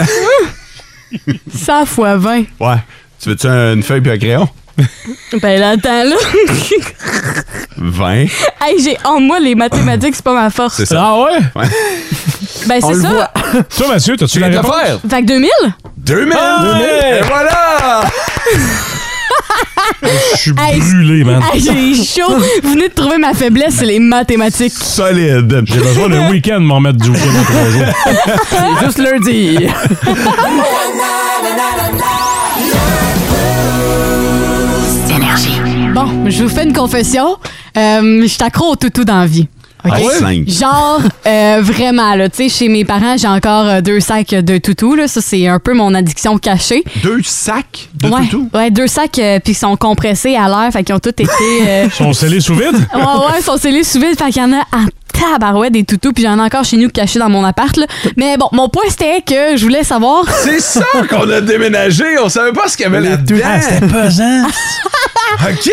D: 100 fois 20.
B: Ouais. Tu veux-tu un- une feuille puis un crayon?
D: Ben là, attends, là.
B: 20.
D: hey, j'ai en moi les mathématiques, c'est pas ma force.
B: C'est ça.
C: Ah ouais?
D: Ben c'est ça.
C: Toi, Mathieu, t'as-tu la Ah,
B: Tu viens de
C: réponse?
B: faire?
D: Fait que 2000?
B: 2000!
C: Ouais!
B: Et voilà!
C: Je suis
D: Hey,
C: brûlé, man.
D: Hey, j'ai chaud. Vous venez de trouver ma faiblesse, c'est les mathématiques.
B: Solide.
C: J'ai besoin d'un week-end de m'en mettre du week-end en trois jours.
E: C'est juste lundi!
D: Bon, je vous fais une confession. Euh, je t'accro au toutou dans la vie. OK?
B: Ah ouais? Cinq.
D: Genre, euh, vraiment, là, tu sais, chez mes parents, j'ai encore euh, deux sacs de toutou, là. Ça, c'est un peu mon addiction cachée.
B: Deux sacs de
D: ouais,
B: toutou?
D: ouais, deux sacs, euh, puis ils sont compressés à l'air, fait qu'ils ont tous été. euh,
C: Sont scellés sous vide?
D: ouais, ouais, ils sont scellés sous vide, fait qu'il y en a en tabarouette des toutous, puis j'en ai encore chez nous cachés dans mon appart, là. Mais bon, mon point, c'était que je voulais savoir.
B: C'est ça qu'on a déménagé. On savait pas ce qu'il y avait là-dedans.
C: ah, pesant.
B: OK!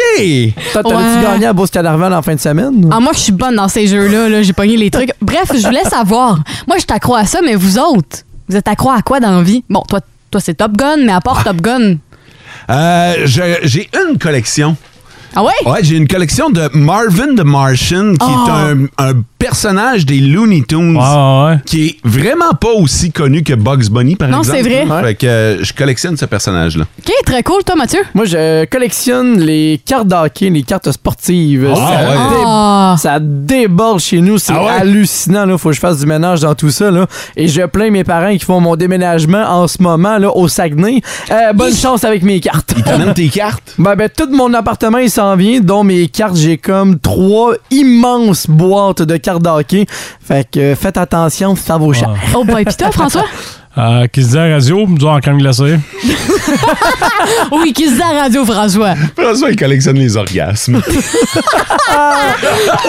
E: Toi, T'avais-tu
D: Ouais.
E: gagné à Beauce Carnaval en fin de semaine?
D: Ah, moi, je suis bonne dans ces jeux-là. Là. J'ai pogné les trucs. Bref, je voulais savoir. Moi, je t'accrois à ça, mais vous autres, vous êtes accro à quoi dans la vie? Bon, toi, toi c'est Top Gun, mais à part Top Gun.
B: Euh, je- j'ai une collection.
D: Ah ouais?
B: Ouais, j'ai une collection de Marvin the Martian, qui
D: Oh.
B: est un, un personnage des Looney Tunes.
C: Ah ouais.
B: qui est vraiment pas aussi connu que Bugs Bunny, par
D: Non,
B: exemple.
D: c'est vrai.
B: Fait que euh, je collectionne ce personnage-là.
D: Ok, très cool, toi, Mathieu.
E: Moi, je collectionne les cartes d'hockey, les cartes sportives.
B: Ah,
E: ça,
B: ouais.
E: dé-
D: Ah.
E: ça déborde chez nous. C'est
B: Ah ouais?
E: hallucinant. Là. Faut que je fasse du ménage dans tout ça. Là. Et je plains mes parents qui font mon déménagement en ce moment là, au Saguenay. Euh, bonne chance avec mes cartes.
B: Il te donne tes cartes?
E: Ben, ben, tout mon appartement, il s'en vient, dont mes cartes. J'ai comme trois immenses boîtes de cartes d'hockey. Fait que euh, faites attention, ça vaut cher.
B: Ah.
D: Oh boy, pis toi, François?
C: Euh, qui se dit à la radio, nous en crème glacée.
D: Oui, qui se dit à la radio, François.
B: François, il collectionne les orgasmes.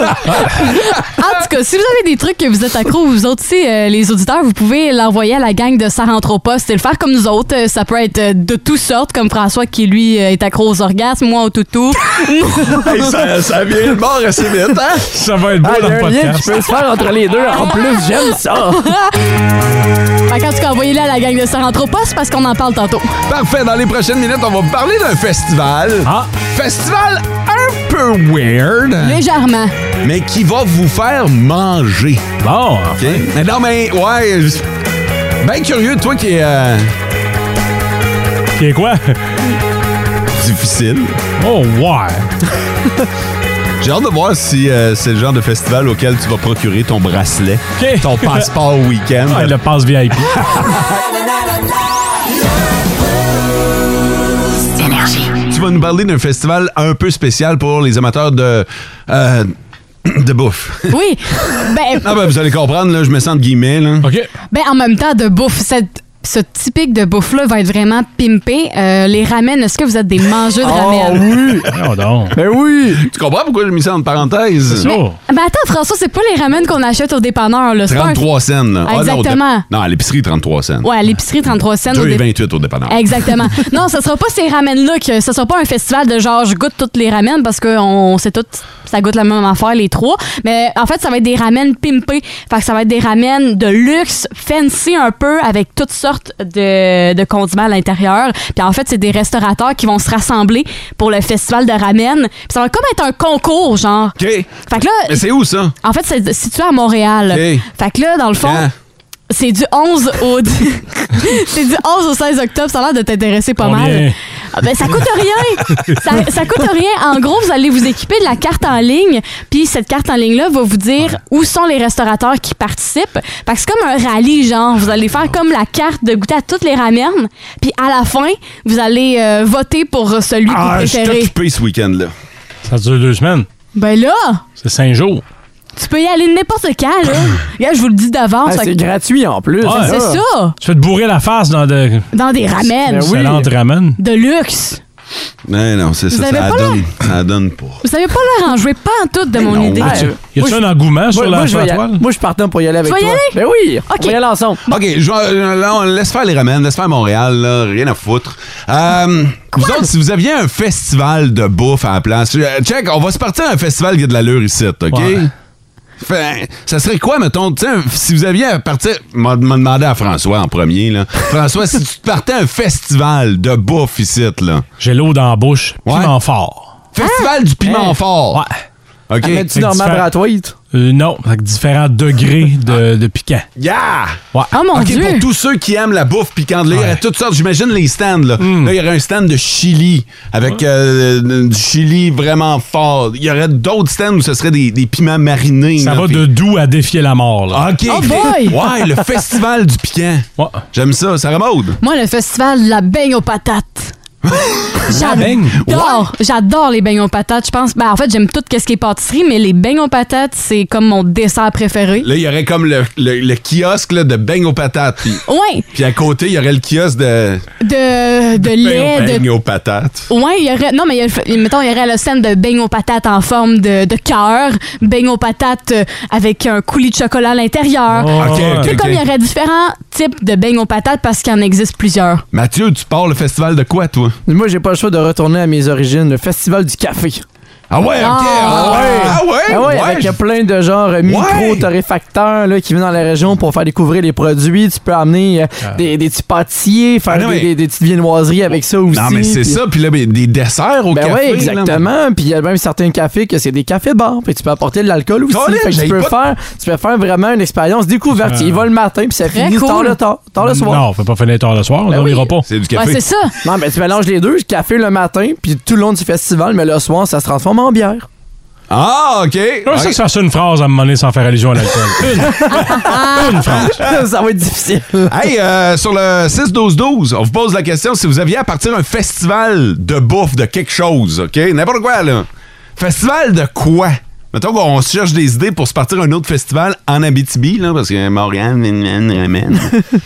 D: En tout cas, si vous avez des trucs que vous êtes accro, vous autres aussi, euh, les auditeurs, vous pouvez l'envoyer à la gang de Ça rentre au poste et le faire comme nous autres. Euh, Ça peut être euh, de toutes sortes, comme François qui, lui, euh, est accro aux orgasmes, moi au toutou.
B: Hey, ça, ça vient de mort assez vite, hein?
C: Ça va être beau
E: Ah, il y
C: dans
E: a
C: le
E: un lien qui
C: podcast.
E: peut se faire entre les deux. En plus, j'aime ça.
D: Fait qu'en tout cas, envoyez-le à la gang de Ça rentre au poste parce qu'on en parle tantôt.
B: Parfait, dans les prochaines minutes, on va parler d'un festival.
C: Ah.
B: Festival un peu weird,
D: Légèrement.
B: mais qui va vous faire manger.
C: Bon.
B: OK? Mais non, mais ouais... Bien curieux, toi qui est euh,
C: Qui est quoi?
B: difficile.
C: Oh, ouais.
B: J'ai hâte de voir si euh, c'est le genre de festival auquel tu vas procurer ton bracelet,
C: OK.
B: ton passeport au week-end.
C: Ah, le passe VIP.
B: Tu vas nous parler d'un festival un peu spécial pour les amateurs de. euh, de bouffe.
D: Oui. Ben,
B: Ah ben, vous allez comprendre, là, je me sens de guillemets, là.
C: OK.
D: ben, en même temps, de bouffe, cette- ce typique de bouffe-là va être vraiment pimpé. Euh, les ramen, est-ce que vous êtes des mangeurs de
E: Oh.
D: ramen?
E: Ah oui!
C: Non, non.
E: Ben oui!
B: Tu comprends pourquoi j'ai mis ça en parenthèse?
C: Oh.
D: Ben attends, François, c'est pas les ramen qu'on achète au dépanneur. Là. C'est pas un-
B: 33 cents, là. Ah, non, au dé-
D: Exactement.
B: non, à l'épicerie, 33 cents.
D: Ouais, à l'épicerie, 33 cents. au dé-
B: 2,28 au dépanneur.
D: Exactement. non, ce sera pas ces ramen-là, que ce sera pas un festival de genre je goûte toutes les ramen parce qu'on sait toutes, ça goûte la même affaire, les trois. Mais en fait, ça va être des ramen pimpés. Fait que ça va être des ramen de luxe, fancy un peu, avec toutes sortes sortes de, de condiments à l'intérieur. Puis en fait, c'est des restaurateurs qui vont se rassembler pour le festival de ramen. Puis ça va comme être un concours, genre.
B: OK.
D: Fait que là,
B: Mais c'est où ça?
D: en fait, c'est situé à Montréal.
B: OK.
D: Fait que là, dans le fond,
B: Quand?
D: c'est du 11 au c'est du 11 au 16 octobre. Ça a l'air de t'intéresser pas
C: Combien?
D: mal. Ah, ben, ça coûte rien. ça, ça coûte rien. En gros, vous allez vous équiper de la carte en ligne. Puis cette carte en ligne là va vous dire où sont les restaurateurs qui participent. Fait que c'est comme un rallye genre. Vous allez faire comme la carte de goûter à toutes les ramen. Puis à la fin, vous allez euh, voter pour celui
B: Ah,
D: que
B: je
D: vous
B: suis
D: préférez.
B: occupé ce week-end-là.
C: Ça dure deux semaines.
D: Ben là,
C: C'est cinq jours.
D: tu peux y aller n'importe quand là. Regarde, je vous le dis d'avance.
E: Ah,
D: Fait
E: c'est
D: que-
E: gratuit en plus.
B: Ah.
C: Ouais.
D: c'est ça.
C: Tu fais te bourrer la face dans de.
D: Dans des ramen.
E: Ben oui.
C: Excellente ramen.
D: De luxe.
B: Non, non, c'est ça.
D: avez
B: Ça
D: pas
B: donne, ça donne pas.
D: Vous savez pas l'air en jouer pas en tout de mon
B: non,
D: idée.
E: Ah,
D: Tu
E: euh,
C: Y a-tu
E: moi,
C: un
E: je-
C: engouement sur
E: moi,
C: la
E: moi, je
C: sur
E: vais
C: la
E: y aller.
C: toile?
E: Moi, je suis partant pour y aller avec
D: vas y
E: toi.
D: aller?
E: Ben oui,
D: Ok.
E: on va y aller ensemble.
B: OK, je vais- euh, là, on laisse faire les ramènes, laisse faire Montréal, là, rien à foutre. Euh, vous autres, si vous aviez un festival de bouffe à la place, euh, check, on va se partir à un festival qui a de l'allure ici, OK?
C: Ouais.
B: Fait, ça serait quoi, mettons, tu sais, un- si vous aviez à partir, m'a m'a demandé à François en premier, là. François, si tu te partais à un festival de bouffe ici, là.
C: J'ai l'eau dans la bouche.
B: Ouais.
C: Piment fort.
B: Festival du piment
E: Oh.
B: fort.
C: Ah! Ouais.
B: OK.
E: Mets-tu
C: Fait que
E: normal
C: tu fais-
E: Brathwaite?
C: Euh, non, avec différents degrés de, de piquant.
B: Yeah!
C: Ouais.
E: Ah,
D: Oh mon
B: OK,
D: Dieu!
B: pour tous ceux qui aiment la bouffe piquante, là, il y aurait
C: Ouais. Hmm.
B: toutes sortes. J'imagine les stands. Là, Là, il y aurait un stand de chili avec euh, du chili vraiment fort. Il y aurait d'autres stands où ce serait des, des piments marinés.
C: Ça
B: là,
C: va
B: puis-
C: de doux à défier la mort. Là.
B: OK.
D: Oh boy!
B: Ouais, le festival du piquant.
C: Ouais.
B: J'aime ça. Ça remode.
D: Moi, le festival de la beigne aux patates.
C: beigne?
D: J'adore, j'adore les beignes aux patates. Je pense, ben, en fait, j'aime tout ce qui est pâtisserie, mais les beignes aux patates, c'est comme mon dessert préféré.
B: Là, il y aurait comme le, le- le kiosque là, de beignes aux patates. Puis,
D: Ouais,
B: puis à côté, il y aurait le kiosque de
D: de, de, lait, de
B: beignes aux patates.
D: Ouais, il y aurait. Non, mais il y aurait- mettons, il y aurait le scène de beignes aux patates en forme de, de cœur, beignes aux patates euh, avec un coulis de chocolat à
E: Ah,
D: l'intérieur.
C: Oh,
B: OK,
C: ouais.
D: Tu sais,
B: OK,
D: comme il y
B: OK.
D: aurait différents types de beignes aux patates parce qu'il en existe plusieurs.
B: Mathieu, tu pars le festival de quoi, toi?
E: Moi, j'ai pas le choix de retourner à mes origines, le festival du café.
B: Ah ouais, OK.
D: Ah
B: Ah ouais.
E: Ah ouais, avec plein de genres micro-torréfacteurs là, qui viennent dans la région pour faire découvrir les produits. Tu peux amener euh, des, des petits pâtissiers, faire
B: Ah non,
E: des,
B: mais-
E: des- des petites viennoiseries avec ça aussi.
B: Non, Ah, mais c'est
E: puis-
B: ça. Puis là, ben, des desserts au
E: Ben
B: café.
E: oui,
B: là.
E: exactement. Puis il y a même certains cafés que c'est des cafés bars. Puis tu peux apporter de l'alcool aussi.
B: Colin,
E: Fait que
B: j'ai
E: tu peux
B: pas-
E: faire, tu peux faire vraiment une expérience découverte.
C: Euh,
E: Il va le matin, puis ça
D: Très
E: finit
D: cool.
E: tard le tard, tard le soir.
C: Non, on fait pas finir tard le soir,
E: Ben
C: on
E: oui.
C: n'ira pas.
B: C'est du
D: Ouais,
B: café.
D: c'est ça.
E: Non, mais tu mélanges les deux, café le matin, puis tout le long du festival, mais le soir, ça se transforme en bière.
B: ah, OK.
C: Comment ça
B: Ok.
C: que ça sonne une phrase à me donner sans faire allusion à l'alcool? Une. Une phrase.
B: Ah.
E: ça va être difficile.
B: Hey, euh, sur le 6-12-12, on vous pose la question si vous aviez à partir un festival de bouffe, de quelque chose, OK? N'importe quoi, là. Festival de quoi? Mettons qu'on se cherche des idées pour se partir un autre festival en Abitibi, là, parce que Montréal, man, man, ramène.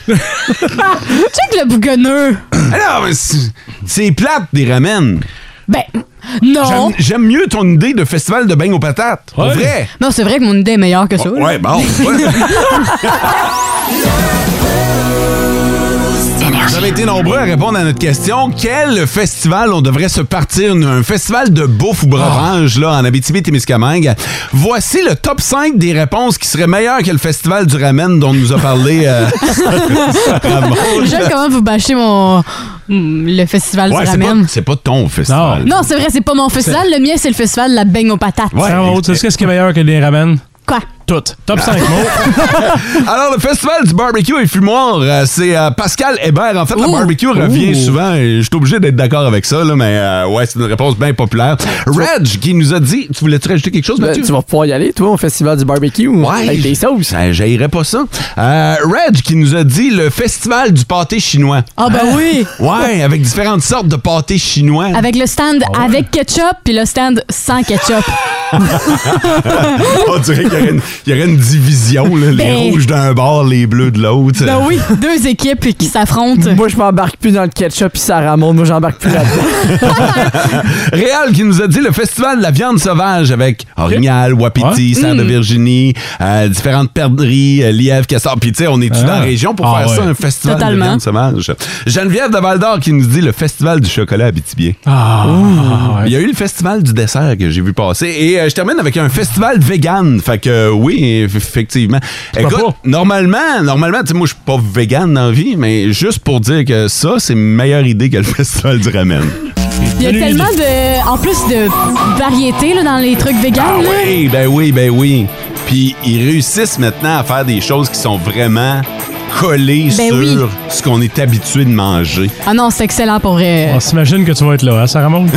D: Tu sais que le bougoneux.
B: Ah non, mais c'est- c'est plate des ramènes.
D: Ben, non.
B: J'aime- J'aime mieux ton idée de festival de bain aux patates. Pour
C: Ouais.
B: vrai.
D: Non, c'est vrai que mon idée est meilleure que ça. là.
B: Ouais, bon. Vous avez été nombreux à répondre à notre question. Quel festival on devrait se partir? nous? Un festival de bouffe ou breuvage là, en Abitibi-Témiscamingue. Voici le top 5 des réponses qui seraient meilleures que le festival du ramen dont nous a parlé... euh, Sarah Maud.
D: J'aime comment vous bâchez mon. mm, le festival
B: Ouais,
D: du
B: c'est pas,
D: ramen.
B: c'est pas ton festival.
D: Non, c'est vrai, c'est pas mon festival. Le mien, c'est le festival de la beigne aux patates.
B: Ouais.
C: Sarah Maud, tu sais ce qui est meilleur que des ramen?
D: Quoi?
C: Tout. Top 5 mots.
B: Alors, le festival du barbecue et fumoir, euh, c'est euh, Pascal Hébert. En fait, le
D: Ouh.
B: barbecue revient souvent et je suis obligé d'être d'accord avec ça, là, mais euh, ouais, c'est une réponse bien populaire. Reg, qui nous a dit... Tu voulais-tu rajouter quelque chose,
E: Ben,
B: Mathieu?
E: tu vas pouvoir y aller, toi, au festival du barbecue,
B: Ouais.
E: avec des sauces.
B: Ça, j'haïrais pas ça. Euh, Reg qui nous a dit le festival du pâté chinois.
D: Ah, ben oui!
B: Ouais, avec différentes sortes de pâté chinois.
D: Avec le stand
B: Ah
D: avec ketchup puis le stand sans ketchup.
B: On dirait qu'il y aurait une, il y aurait une division, là, les
D: Ben-
B: rouges d'un bord, les bleus de l'autre.
D: ben oui, deux équipes qui s'affrontent.
E: Moi, je m'embarque plus dans le ketchup puis ça ramonde. Moi, j'embarque plus là-dedans.
B: Réal qui nous a dit le festival de la viande sauvage avec orignal, wapiti, serre
C: Hmm.
B: de Virginie, euh, différentes perderies, euh, lièvre, castor. Puis tu sais, on est tout dans la
C: Ah.
B: région pour
C: Ah
B: faire ça,
C: ouais.
B: un festival
D: Totalement.
B: de viande sauvage. Geneviève de Val-d'Or qui nous dit le festival du chocolat habitibien.
C: Ah, ouais.
B: Il y a eu le festival du dessert que j'ai vu passer. Et euh, je termine avec un festival vegan. Fait que euh, oui, eff- effectivement. Écoute, normalement, normalement, tu sais, moi, je suis pas vegan dans la vie, mais juste pour dire que ça, c'est une meilleure idée que le festival du ramen.
D: Il y a tellement de. En plus de variété là, dans les trucs véganes. là.
B: Oui, ben oui, ben oui. Puis ils réussissent maintenant à faire des choses qui sont vraiment collées
D: Ben
B: sur
D: oui.
B: ce qu'on est habitué de manger.
D: Ah non, c'est excellent pour. euh,
C: On s'imagine que tu vas être là, hein, Sarah Maud?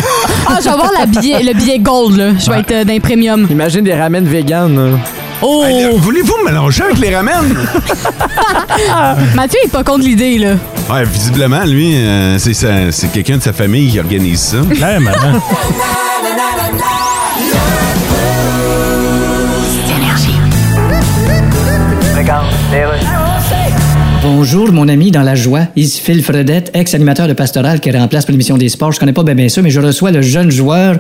D: Ah, je vais avoir la billet- le billet gold, là. Je vais être euh, d'un premium.
E: Imagine des ramen vegan.
D: Oh!
B: Voulez-vous mélanger avec les ramen?
D: Mathieu est pas contre l'idée, là.
B: Ouais, visiblement, lui, euh, c'est sa- c'est quelqu'un de sa famille qui organise ça.
C: Clairement. hein.
G: Bonjour, mon ami dans la joie, ici Phil Fredette, ex-animateur de Pastoral qui remplace pour l'émission des sports. Je connais pas bien, bien ça, mais je reçois le jeune joueur...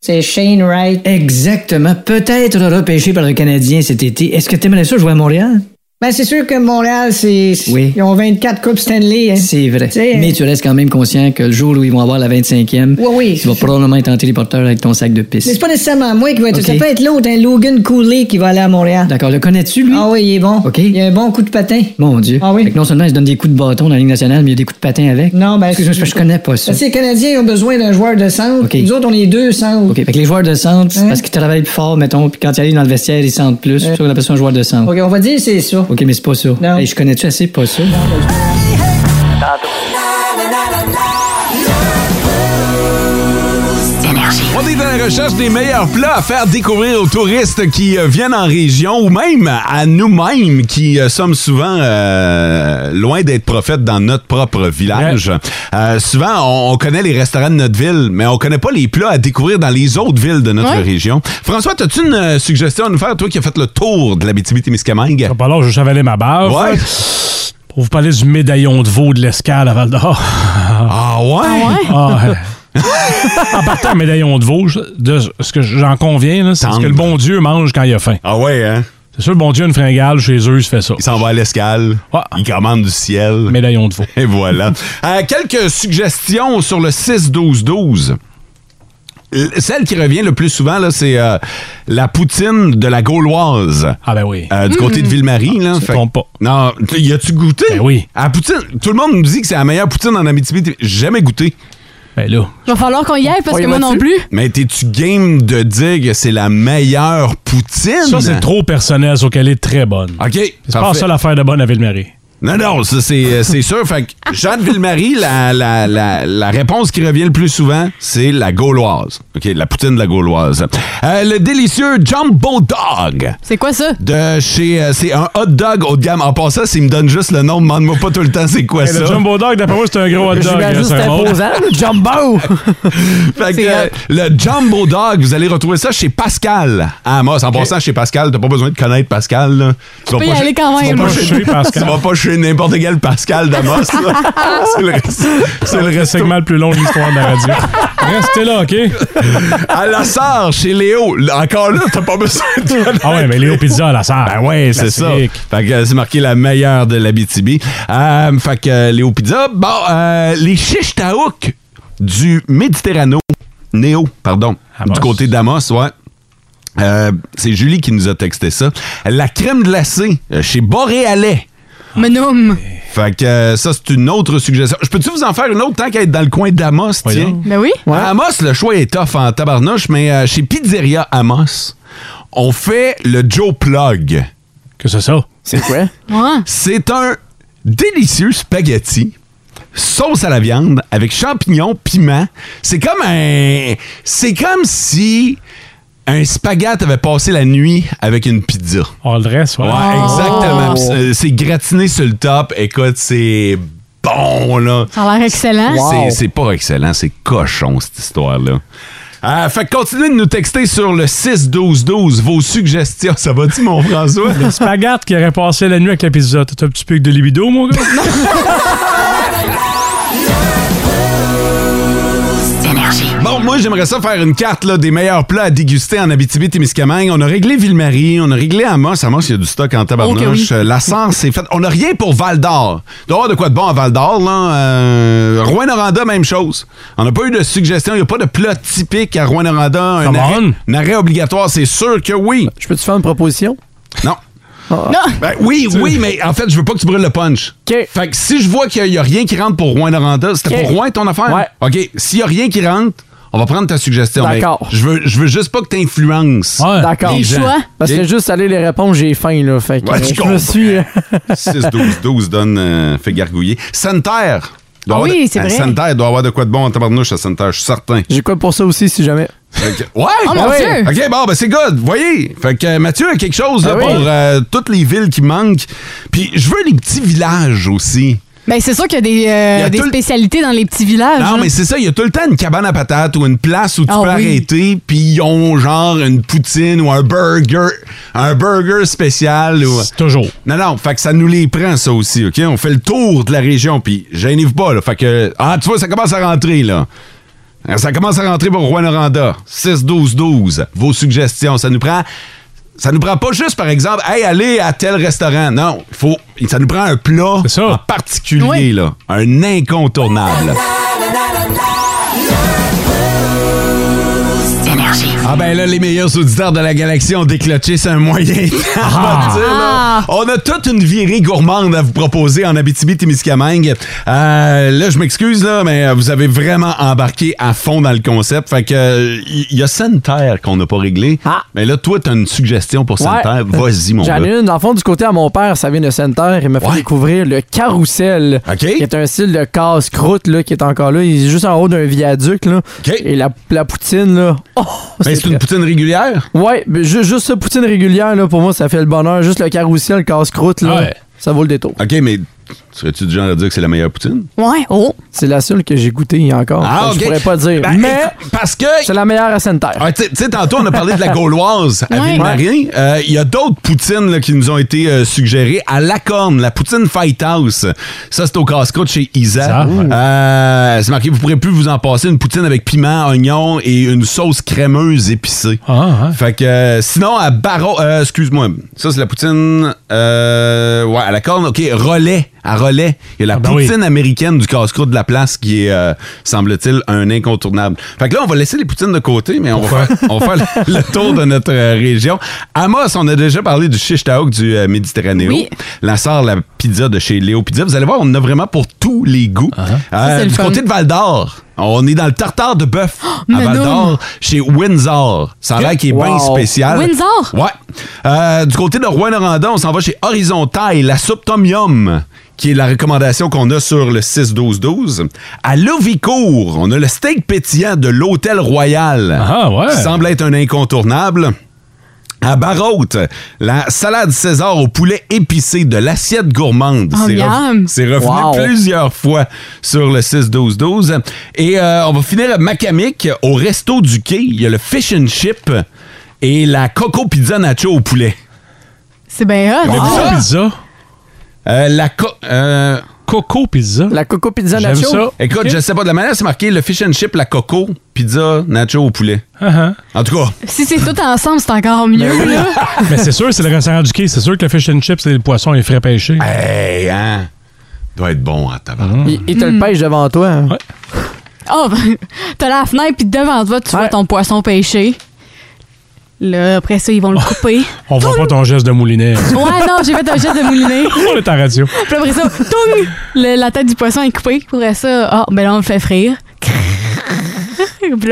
G: C'est Shane Wright. Exactement. Peut-être repêché par le Canadien cet été. Est-ce que t'aimerais ça jouer à Montréal?
K: Ben, c'est sûr que Montréal, c'est.
G: Oui.
K: Ils ont 24 Coupes Stanley. Hein.
G: C'est vrai.
K: sais,
G: Mais tu restes quand même conscient que le jour où ils vont avoir la 25e,
K: Oui, oui.
G: tu vas probablement être en téléporteur avec ton sac de piste.
K: Mais c'est pas nécessairement moi qui vais être.
G: Ok.
K: Ça peut être l'autre, hein, Logan Cooley, qui va aller à Montréal.
G: D'accord, le connais-tu, lui?
K: Ah oui, il est bon.
G: OK.
K: Il a un bon coup de patin.
G: Mon Dieu.
K: Ah oui.
G: Fait que non seulement ils se donnent des coups de bâton dans la Ligue nationale, mais il y a des coups de patin avec.
K: Non, ben.
G: Excuse-moi, c'est parce que je connais pas ça.
K: Ben, c'est les Canadiens ils ont besoin d'un joueur de centre.
G: Ok.
K: Nous autres, on est deux centres.
G: OK, fait que les joueurs de centre, c'est
K: Hein?
G: parce qu'ils travaillent plus fort, mettons, puis quand ils arrivent dans le vestiaire, ils sentent plus. C'est pour ça qu'on appelle ça un joueur de centre.
K: OK, on va dire c'est ça.
G: OK, mais c'est pas ça.
K: Non.
G: Hey, je connais-tu assez pas ça?
B: On est à la recherche des meilleurs plats à faire découvrir aux touristes qui euh, viennent en région ou même à nous-mêmes qui euh, sommes souvent euh, loin d'être prophètes dans notre propre village. Euh, souvent, on, on connaît les restaurants de notre ville, mais on connaît pas les plats à découvrir dans les autres villes de notre
D: Ouais.
B: région. François, as-tu une euh, suggestion à nous faire, toi qui as fait le tour de la témiscamingue
C: Pas long, je chavalais ma barbe.
B: Ouais.
C: Pour vous parler du médaillon de veau de l'escale à Val d'Or.
B: Ah ouais?
C: Ah, ouais. en partant un médaillon de veau, je- de ce que j'en conviens, là, c'est ce
B: Tendre.
C: que le bon Dieu mange quand il a faim.
B: Ah ouais, hein?
C: C'est sûr, le bon Dieu a une fringale chez eux, il se fait ça.
B: Il s'en va à l'escale.
C: Ouais.
B: Il commande du ciel.
C: Médaillon de veau.
B: Et voilà. Euh, quelques suggestions sur le 6-12-12. L- Celle qui revient le plus souvent, là, c'est euh, la poutine de la Gauloise.
C: Ah ben oui.
B: euh, du côté de Ville-Marie, là.
C: tu te trompes pas.
B: Non, tu- y as-tu goûté?
C: Ben oui.
B: À la poutine, tout le monde nous dit que c'est la meilleure poutine en Abitibi. J'ai jamais goûté.
C: Ben là.
D: Il va falloir qu'on y aille parce que moi non plus.
B: Mais t'es-tu game de dire que c'est la meilleure poutine?
C: Ça, c'est trop personnel, sauf qu'elle est très bonne.
B: OK.
C: C'est pas
B: Ah, parfait.
C: ça l'affaire de bonne à Ville-Marie.
B: Non, non, ça, c'est euh, c'est sûr. Fait que Jeanne Ville-Marie, la, la, la, la réponse qui revient le plus souvent, c'est la gauloise. OK, la poutine de la gauloise. Euh, le délicieux Jumbo Dog
D: C'est quoi ça?
B: de chez... euh, c'est un hot dog haut de gamme. En passant, s'il me donne juste le nom, demande-moi pas tout le temps c'est quoi
C: Hey,
B: ça.
C: le Jumbo Dog, d'après moi, c'est un gros hot dog.
E: J'imagine
C: euh,
E: que
C: c'est
E: c'est
C: un mot.
E: imposant, le jumbo!
B: Fait que,
D: C'est
B: euh, le Jumbo Dog, vous allez retrouver ça chez Pascal. Ah, moi, en passant, chez Pascal, t'as pas besoin de connaître Pascal. Là. Tu vas
D: Euh. peux y
B: pas
D: aller
B: chez-
D: quand
B: tu vas
D: même.
B: pas
C: Pas
B: chez-
C: chez Pascal.
B: Tu vas pas chez n'importe quel Pascal d'Amos. là. C'est le, c'est le
C: C'est le segment le plus long de l'histoire de la radio. Restez là, OK?
B: À la Sarre, chez Léo. Là, Encore là, t'as pas besoin de
C: Ah ouais, mais Léo Pizza à la salle.
B: Ben ouais, c'est ça.
C: Classique.
B: Fait que euh, c'est marqué la meilleure de la BTB. Euh, fait que euh, Léo Pizza. Bon, euh, les chiches taouk du Méditerrano. Néo, pardon.
C: Amos.
B: Du côté d'Amos, ouais. Euh, c'est Julie qui nous a texté ça. La crème glacée euh, chez Boréalais.
D: Menum.
B: Fait que euh, ça, c'est une autre suggestion. Je peux-tu vous en faire une autre tant qu'à être dans le coin d'Amos,
C: Voyons.
B: tiens?
D: Ben oui.
B: À Amos, le choix est tough en tabarnouche, mais euh, chez Pizzeria Amos, on fait le Joe Plug.
C: Que c'est ça?
E: C'est quoi?
D: Ouais.
B: C'est un délicieux spaghetti, sauce à la viande, avec champignons, piment. C'est comme un... C'est comme si un spaghetti avait passé la nuit avec une pizza.
C: On le reste,
B: Ouais,
C: voilà.
B: exactement. Puis, euh, C'est gratiné sur le top. Écoute, c'est bon, là.
D: Ça a l'air excellent.
B: C'est- C'est pas excellent, c'est cochon cette histoire-là. Euh, fait que continuez de nous texter sur le 6-12-12 vos suggestions. Ça va-tu, mon François?
C: Spagat Ah, qui aurait passé la nuit avec la pizza. T'as un petit peu de libido, mon gars?
B: Bon, moi, j'aimerais ça faire une carte là, des meilleurs plats à déguster en Abitibi-Témiscamingue. On a réglé Ville-Marie, on a réglé Amos. Amos, il y a du stock en tabarnouche.
L: Oh que oui.
B: Euh, La Sarre, c'est fait. On n'a rien pour Val-d'Or. Il doit y avoir de quoi de bon à Val-d'Or. là. Euh, Rouyn-Noranda, même chose. On n'a pas eu de suggestion. Il n'y a pas de plat typique à Rouyn-Noranda. Un,
E: Come
B: arrêt-
E: on.
B: un arrêt obligatoire, c'est sûr que oui.
E: Je peux-tu faire une proposition?
B: Non. Ben oui, oui, mais en fait, je veux pas que tu brûles le punch. Fait que si je vois qu'il n'y a, rien qui rentre pour Rouen Noranda, c'était
E: OK.
B: pour Rouen ton affaire?
E: Ouais.
B: OK, s'il n'y a rien qui rentre, on va prendre ta suggestion. mais
E: D'accord.
B: Je veux, je veux juste pas que tu influences.
E: D'accord. Parce que juste aller les réponses, j'ai faim, là. Fait que
B: Ouais,
E: euh,
B: je
E: je me suis.
B: 6-12-12 donne, euh, fait gargouiller. Santerre. doit avoir
E: Ah oui,
B: de-
E: c'est
B: Hey,
E: vrai.
B: Santerre doit avoir de quoi de bon en tabarnouche à Santerre, je suis certain.
E: J'ai quoi pour ça aussi, si jamais?
B: Fait que- ouais!
E: Oh, mon
B: Ah ouais.
E: Dieu!
B: OK, bon, ben c'est good. Voyez. Fait que euh, Mathieu a quelque chose là,
D: Ah oui.
B: pour euh, toutes les villes qui manquent. Puis je veux les petits villages aussi.
D: Ben, c'est sûr qu'il y a des, euh,
B: Il y a
D: des
B: tout le-
D: spécialités dans les petits villages.
B: Non,
D: là.
B: Ah, mais c'est ça, il y a tout le temps une cabane à patates ou une place où tu
D: Ah
B: peux
D: oui.
B: arrêter, puis ils ont genre une poutine ou un burger, un burger spécial. Ou...
C: Toujours.
B: Non, non, fait que ça nous les prend, ça aussi, OK? On fait le tour de la région, puis gênez-vous pas, là. Fait que, ah, tu vois, ça commence à rentrer, là. Ça commence à rentrer pour Rwanda. 6-12-12. Vos suggestions, ça nous prend. Ça nous prend pas juste, par exemple, hey, allez à tel restaurant. Non, il faut, ça nous prend un plat en particulier,
I: Oui.
B: là. Un incontournable. Ah ben là, les meilleurs auditeurs de la galaxie ont décloché, c'est un moyen. de
E: Ah.
B: partir, là. On a toute une virée gourmande à vous proposer en Abitibi-Témiscamingue. Euh, là, je m'excuse, là, mais euh, vous avez vraiment embarqué à fond dans le concept. Fait que euh, il y, a Santerre qu'on n'a pas réglé. Mais là, toi, t'as une suggestion pour Santerre.
E: Ah. Ouais.
B: Vas-y, mon
E: J'en ai
B: gars.
E: une. Dans le fond, du côté à mon père, ça vient de Center. Il m'a fait découvrir le carrousel, qui est un style de casse-croûte là, qui est encore là. Il est juste en haut d'un viaduc. Là. Et la, la poutine, là. Oh,
B: Mais Ben, c'est une poutine régulière?
E: Ouais, mais ju- juste ça, poutine régulière, là, pour moi, ça fait le bonheur. Juste le carrousel, le casse-croûte, là,
B: Ouais.
E: ça vaut le détour.
B: OK, mais serais-tu du genre à dire que c'est la meilleure poutine?
E: Ouais, oh. C'est la seule que j'ai goûtée encore.
B: Ah,
E: Fait
B: ok.
E: que Je pourrais pas dire.
B: Ben,
E: mais
B: parce que
E: c'est la meilleure à Center.
B: Ah, tu sais- tu sais, tantôt, on a parlé de la Gauloise à
E: Ouais.
B: Ville-Marie. Euh, Il y a d'autres poutines là, qui nous ont été euh, suggérées. À Lacorne, la poutine Fight House. Ça, c'est au casse-croûte chez Isa. Euh, c'est marqué, vous pourrez plus vous en passer une poutine avec piment, oignon et une sauce crémeuse épicée.
C: Ah,
B: Fait que, euh, sinon, à Barreau, euh, excuse-moi, ça, c'est la poutine, euh, ouais, à Lacorne, OK, relais. À relais, il y a la
C: ben oui.
B: poutine américaine du casse-croûte de la place qui est, euh, semble-t-il, un incontournable. Fait que là, on va laisser les poutines de côté, mais on va
C: Pourquoi?
B: faire, on va faire le, le tour de notre euh, région. Amos, on a déjà parlé du shishtaouk du euh, Méditerranéo.
D: Oui.
B: La sort la pizza de chez Léo Pizza. Vous allez voir, on en a vraiment pour tous les goûts. Euh,
D: c'est le
B: du
D: fun.
B: côté de Val d'Or, on est dans le tartare de bœuf à
D: mais
B: Val
D: non.
B: d'Or, chez Windsor. Ça a l'air qu'il est bien
D: Wow.
B: spécial.
D: Windsor?
B: Ouais. Euh, du côté de Rouen-Noranda, on s'en va chez Horizon Thaï, la soupe Tom Yum, qui est la recommandation qu'on a sur le 6-12-12. À Lovicourt, on a le steak pétillant de l'Hôtel Royal.
C: Ah, ouais.
B: Qui semble être un incontournable. À Barraute, la salade César au poulet épicé de l'assiette gourmande.
D: Oh,
B: C'est
D: miam.
B: c'est revenu
D: Wow.
B: plusieurs fois sur le 6-12-12. Et euh, on va finir à Macamic, au resto du quai. Il y a le fish and chip et la coco pizza nacho au poulet.
D: C'est bien hot. Ah.
B: Avez-vous
D: ça.
C: Ah.
B: ça? Euh, la co- euh,
C: Coco pizza.
E: La coco pizza
B: J'aime
E: nacho.
B: ça. Écoute,
E: Ok.
B: je sais pas, de la manière c'est marqué le fish and chip, la coco, pizza, nacho au poulet.
C: Uh-huh.
B: En tout cas,
D: Si c'est tout ensemble, c'est encore
B: Ben
D: mieux, là.
C: Mais c'est sûr, c'est le restaurant du quai. C'est sûr que le fish and chips, c'est le poisson et frais
E: Ah,
C: pêchés.
B: hey, hein, doit être bon à tabarnak.
E: Il, il te le pêche devant toi.
B: Mm.
E: hein.
D: Oh, ben, t'as la fenêtre, puis devant toi, tu vois ton poisson pêché. Là, après ça, ils vont le couper.
C: On voit pas ton geste de moulinet.
D: ouais, non, j'ai fait un geste de moulinet.
C: On est en radio.
D: Puis après ça, toung! Le- la tête du poisson est coupée. Puis après ça, ah, ben là, on le fait frire. Puis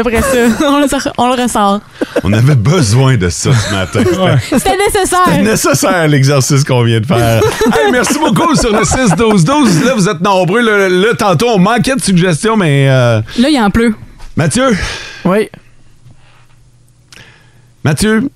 D: après ça, on le, sort- on le ressort.
B: On avait besoin de ça ce matin.
D: C'était
B: C'est
D: nécessaire.
B: nécessaire l'exercice qu'on vient de faire. Hey, merci beaucoup sur le 6-12-12. Là, vous êtes nombreux. Là, là, tantôt, on manquait de suggestions, mais. euh,
D: Là, il en pleut.
B: Mathieu?
E: Oui.
B: Mathieu?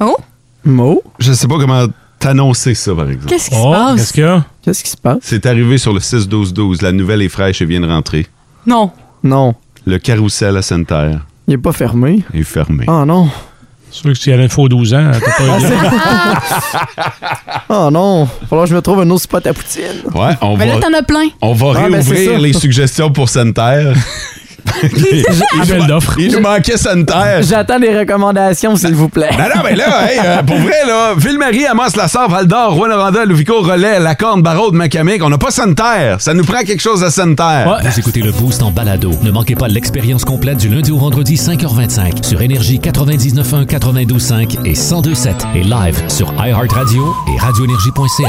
D: Oh?
E: Mo?
B: Je sais pas comment t'annoncer ça, par exemple.
D: Qu'est-ce qui se Oh, passe? qu'est-ce
C: qu'il y a?
E: Qu'est-ce qui se passe?
B: C'est arrivé sur le 6-12-12. La nouvelle est fraîche et vient de rentrer.
D: Non.
E: Non.
B: Le carrousel à Sainte-Terre
E: Il est pas fermé.
B: est fermé.
E: Oh non.
C: Sûr que s'il y a l'info 12 ans, t'as
D: Ah,
C: pas eu
E: Oh non. Faudra que je me trouve un autre spot à poutine.
B: Ouais, on
D: Mais
B: va.
D: là, t'en as plein.
B: On va
E: Ah, ben, c'est
B: réouvrir
E: ça.
B: les suggestions pour Sainte-Terre. Il nous- Il nous manquait sanitaire.
E: J'attends des recommandations, s'il vous plaît.
B: Non, non, mais là, hey, euh, pour vrai, là, Ville-Marie, Amos, Lassar, Val-d'Or, Rouen-Noranda, Louvico, Relais, Lacorne, Barreau, de Macamic, on n'a pas sanitaire. Ça nous prend quelque chose à sanitaire.
A: Vous écoutez le Boost en balado. Ne manquez pas l'expérience complète du lundi au vendredi 5h25 sur Énergie 99.1, 92.5 et 102.7 et live sur iHeartRadio et radioénergie.ca.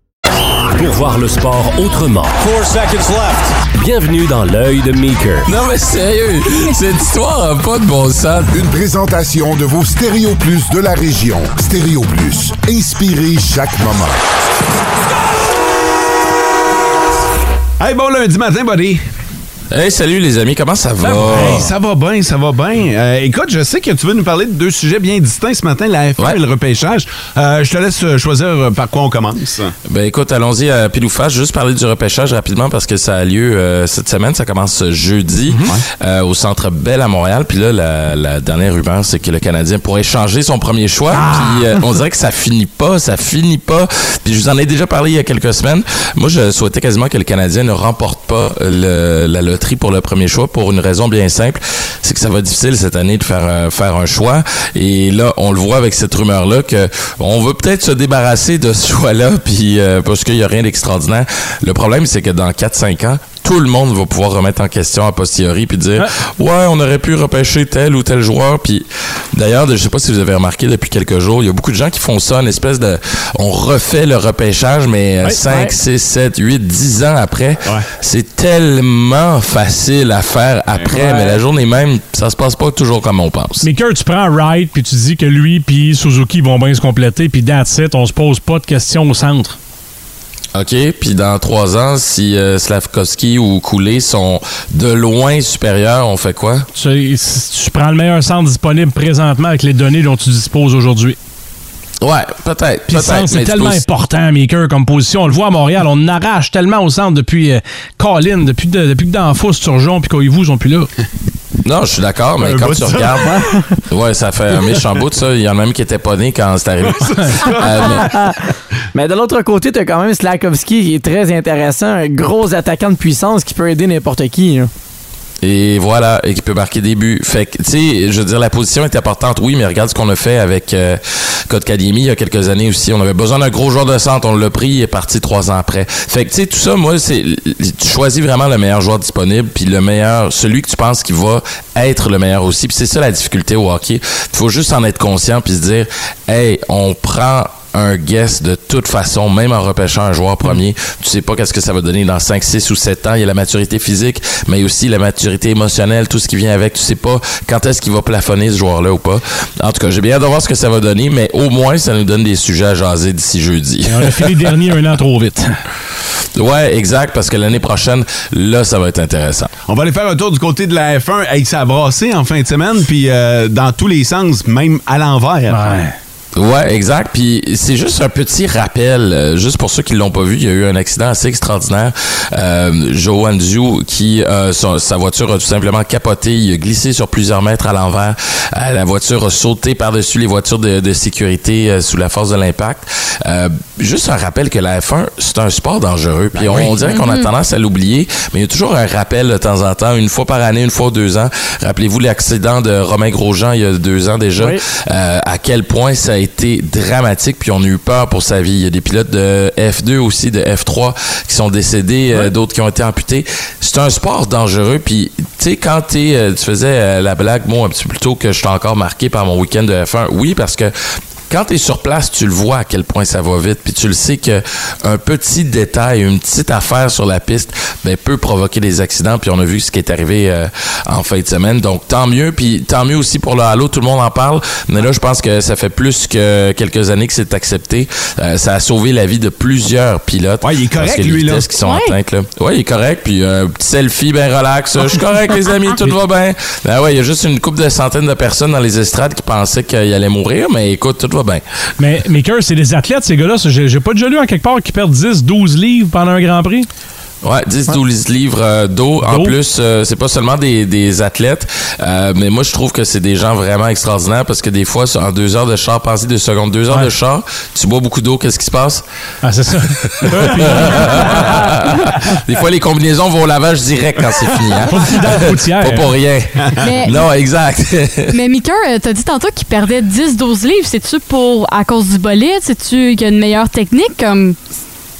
L: Pour voir le sport autrement. Bienvenue dans l'œil de Meeker.
M: Non mais sérieux, cette histoire a pas de bon sens.
N: Une présentation de vos Stéréo Plus de la région. Stéréo Plus, inspirez chaque moment.
B: Hey, bon lundi matin, buddy.
M: Hey, salut les amis, comment ça
B: Ah. Ben
M: va?
B: Hey, ça va bien, ça va bien. Euh, écoute, je sais que tu veux nous parler de deux sujets bien distincts ce matin, la F1 et le repêchage. Euh, je te laisse euh, choisir euh, par quoi on commence.
M: Ben écoute, allons-y à pile ou face. Juste parler du repêchage rapidement parce que ça a lieu euh, cette semaine. Ça commence jeudi euh, au Centre Bell à Montréal. Puis là, la, la dernière rumeur, c'est que le Canadien pourrait changer son premier choix. Puis euh, on dirait que ça finit pas, ça finit pas. Puis je vous en ai déjà parlé il y a quelques semaines. Moi, je souhaitais quasiment que le Canadien ne remporte pas euh, le- la loterie pour le premier choix pour une raison bien simple, c'est que ça va être difficile cette année de faire euh, faire un choix. Et là, on le voit avec cette rumeur là que on veut peut-être se débarrasser de ce choix-là, puis euh, parce qu'il y a rien d'extraordinaire. Le problème, c'est que dans 4-5 ans, tout le monde va pouvoir remettre en question a posteriori puis dire ouais on aurait pu repêcher tel ou tel joueur puis d'ailleurs je sais pas si vous avez remarqué depuis quelques jours il y a beaucoup de gens qui font ça une espèce de on refait le repêchage mais euh,
O: Ouais,
M: 5
O: ouais.
M: 6 7 8 10 ans après c'est tellement facile à faire après mais la journée même ça se passe pas toujours comme on pense
C: Mais que tu prends Wright, puis tu dis que lui puis Suzuki vont bien se compléter, puis that's it, on se pose pas de questions au centre.
M: OK, puis dans trois ans, si euh, Slavkovski ou Koulé sont de loin supérieurs, on fait quoi?
C: Tu, tu prends le meilleur centre disponible présentement avec les données dont tu disposes aujourd'hui.
M: Ouais, peut-être.
C: Puis le
M: peut-être,
C: centre,
M: mais
C: c'est
M: tu
C: tellement
M: peux-
C: important, Maker, comme position. On le voit à Montréal, on arrache tellement au centre depuis euh, Colin, depuis, de- depuis que Danfos, Turgeon, puis Koivu sont plus là.
M: Non, je suis d'accord, mais
C: Un
M: quand
C: bout
M: tu
C: de ça.
M: regardes. ouais, ça fait un méchant bout de ça. Il y en a même qui était pas né quand c'est arrivé. Euh, mais-
E: Mais de l'autre côté, t'as quand même Slakovski qui est très intéressant, un gros attaquant de puissance qui peut aider n'importe qui. hein. là.
M: Et voilà, et qui peut marquer des buts. Fait que, tu sais, je veux dire, la position est importante, oui, mais regarde ce qu'on a fait avec euh, Kotkaniemi il y a quelques années aussi. On avait besoin d'un gros joueur de centre, on l'a pris, il est parti trois ans après. Fait que, tu sais, tout ça, moi, c'est, tu choisis vraiment le meilleur joueur disponible, puis le meilleur, celui que tu penses qui va être le meilleur aussi. Puis c'est ça la difficulté au hockey. Faut juste en être conscient, puis se dire, hey, on prend un guess de toute façon, même en repêchant un joueur premier. Tu sais pas qu'est-ce que ça va donner dans 5, 6 ou 7 ans. Il y a la maturité physique, mais aussi la maturité émotionnelle, tout ce qui vient avec. Tu sais pas quand est-ce qu'il va plafonner ce joueur-là ou pas. En tout cas, j'ai bien hâte de voir ce que ça va donner, mais au moins, ça nous donne des sujets à jaser d'ici jeudi.
C: Et on a fini dernier un an trop vite.
M: ouais, exact, parce que l'année prochaine, là, ça va être intéressant.
B: On va aller faire un tour du côté de la F1. Hey, ça a brassé en fin de semaine, puis euh, dans tous les sens, même à l'envers.
M: Ouais, exact. Puis c'est juste un petit rappel, euh, juste pour ceux qui l'ont pas vu, il y a eu un accident assez extraordinaire. Euh, Johan Zhu, qui euh, son- sa voiture a tout simplement capoté, il a glissé sur plusieurs mètres à l'envers. Euh, la voiture a sauté par-dessus les voitures de, de sécurité euh, sous la force de l'impact. Euh, juste un rappel que la F1, c'est un sport dangereux. Puis on,
O: oui.
M: on dirait qu'on a
O: Mhm.
M: tendance tendance à l'oublier, mais il y a toujours un rappel de temps en temps, une fois par année, une fois aux deux ans. Rappelez-vous l'accident de Romain Grosjean il y a deux ans déjà, euh, à quel point ça a été dramatique, puis on a eu peur pour sa vie. Il y a des pilotes de F2 aussi, de F3 qui sont décédés, euh, d'autres qui ont été amputés. C'est un sport dangereux, puis tu sais, quand t'es, euh, tu faisais euh, la blague, moi, un petit peu plus tôt que je suis encore marqué par mon week-end de F1, oui, parce que quand tu es sur place, tu le vois à quel point ça va vite, puis tu le sais que un petit détail, une petite affaire sur la piste, ben peut provoquer des accidents, puis on a vu ce qui est arrivé euh, en fin de semaine. Donc tant mieux, puis tant mieux aussi pour le halo, tout le monde en parle, mais là je pense que ça fait plus que quelques années que c'est accepté. Euh, ça a sauvé la vie de plusieurs pilotes. Ouais, il est
B: correct, lui, là.
M: qui sont
B: Ouais.
M: atteintes là. Ouais, il est correct, puis euh, petit selfie ben relax, je suis correct les amis, tout va bien. Ben ouais, il y a juste une couple de centaines de personnes dans les estrades qui pensaient qu'ils allaient mourir, mais écoute, tout va bien.
C: Mais, mais Kerr, c'est des athlètes, ces gars-là. Ça, J'ai j'ai pas déjà lu en quelque part qu'ils perdent 10, 12 livres pendant un Grand Prix.
M: Ouais, 10-12 livres euh, d'eau. En plus, euh, c'est pas seulement des, des athlètes, euh, mais moi, je trouve que c'est des gens vraiment extraordinaires parce que des fois, sur- en deux heures de char, pensez deux secondes, deux heures de char, tu bois beaucoup d'eau, qu'est-ce qui se passe?
C: Ah, c'est ça.
M: des fois, les combinaisons vont au lavage direct quand c'est fini. hein? Pas pour rien.
D: Mais-
M: non, exact.
D: Mais Mika, euh, t'as dit tantôt qu'il perdait 10-12 livres. C'est-tu pour à cause du bolide? C'est-tu qu'il y a une meilleure technique? Comme...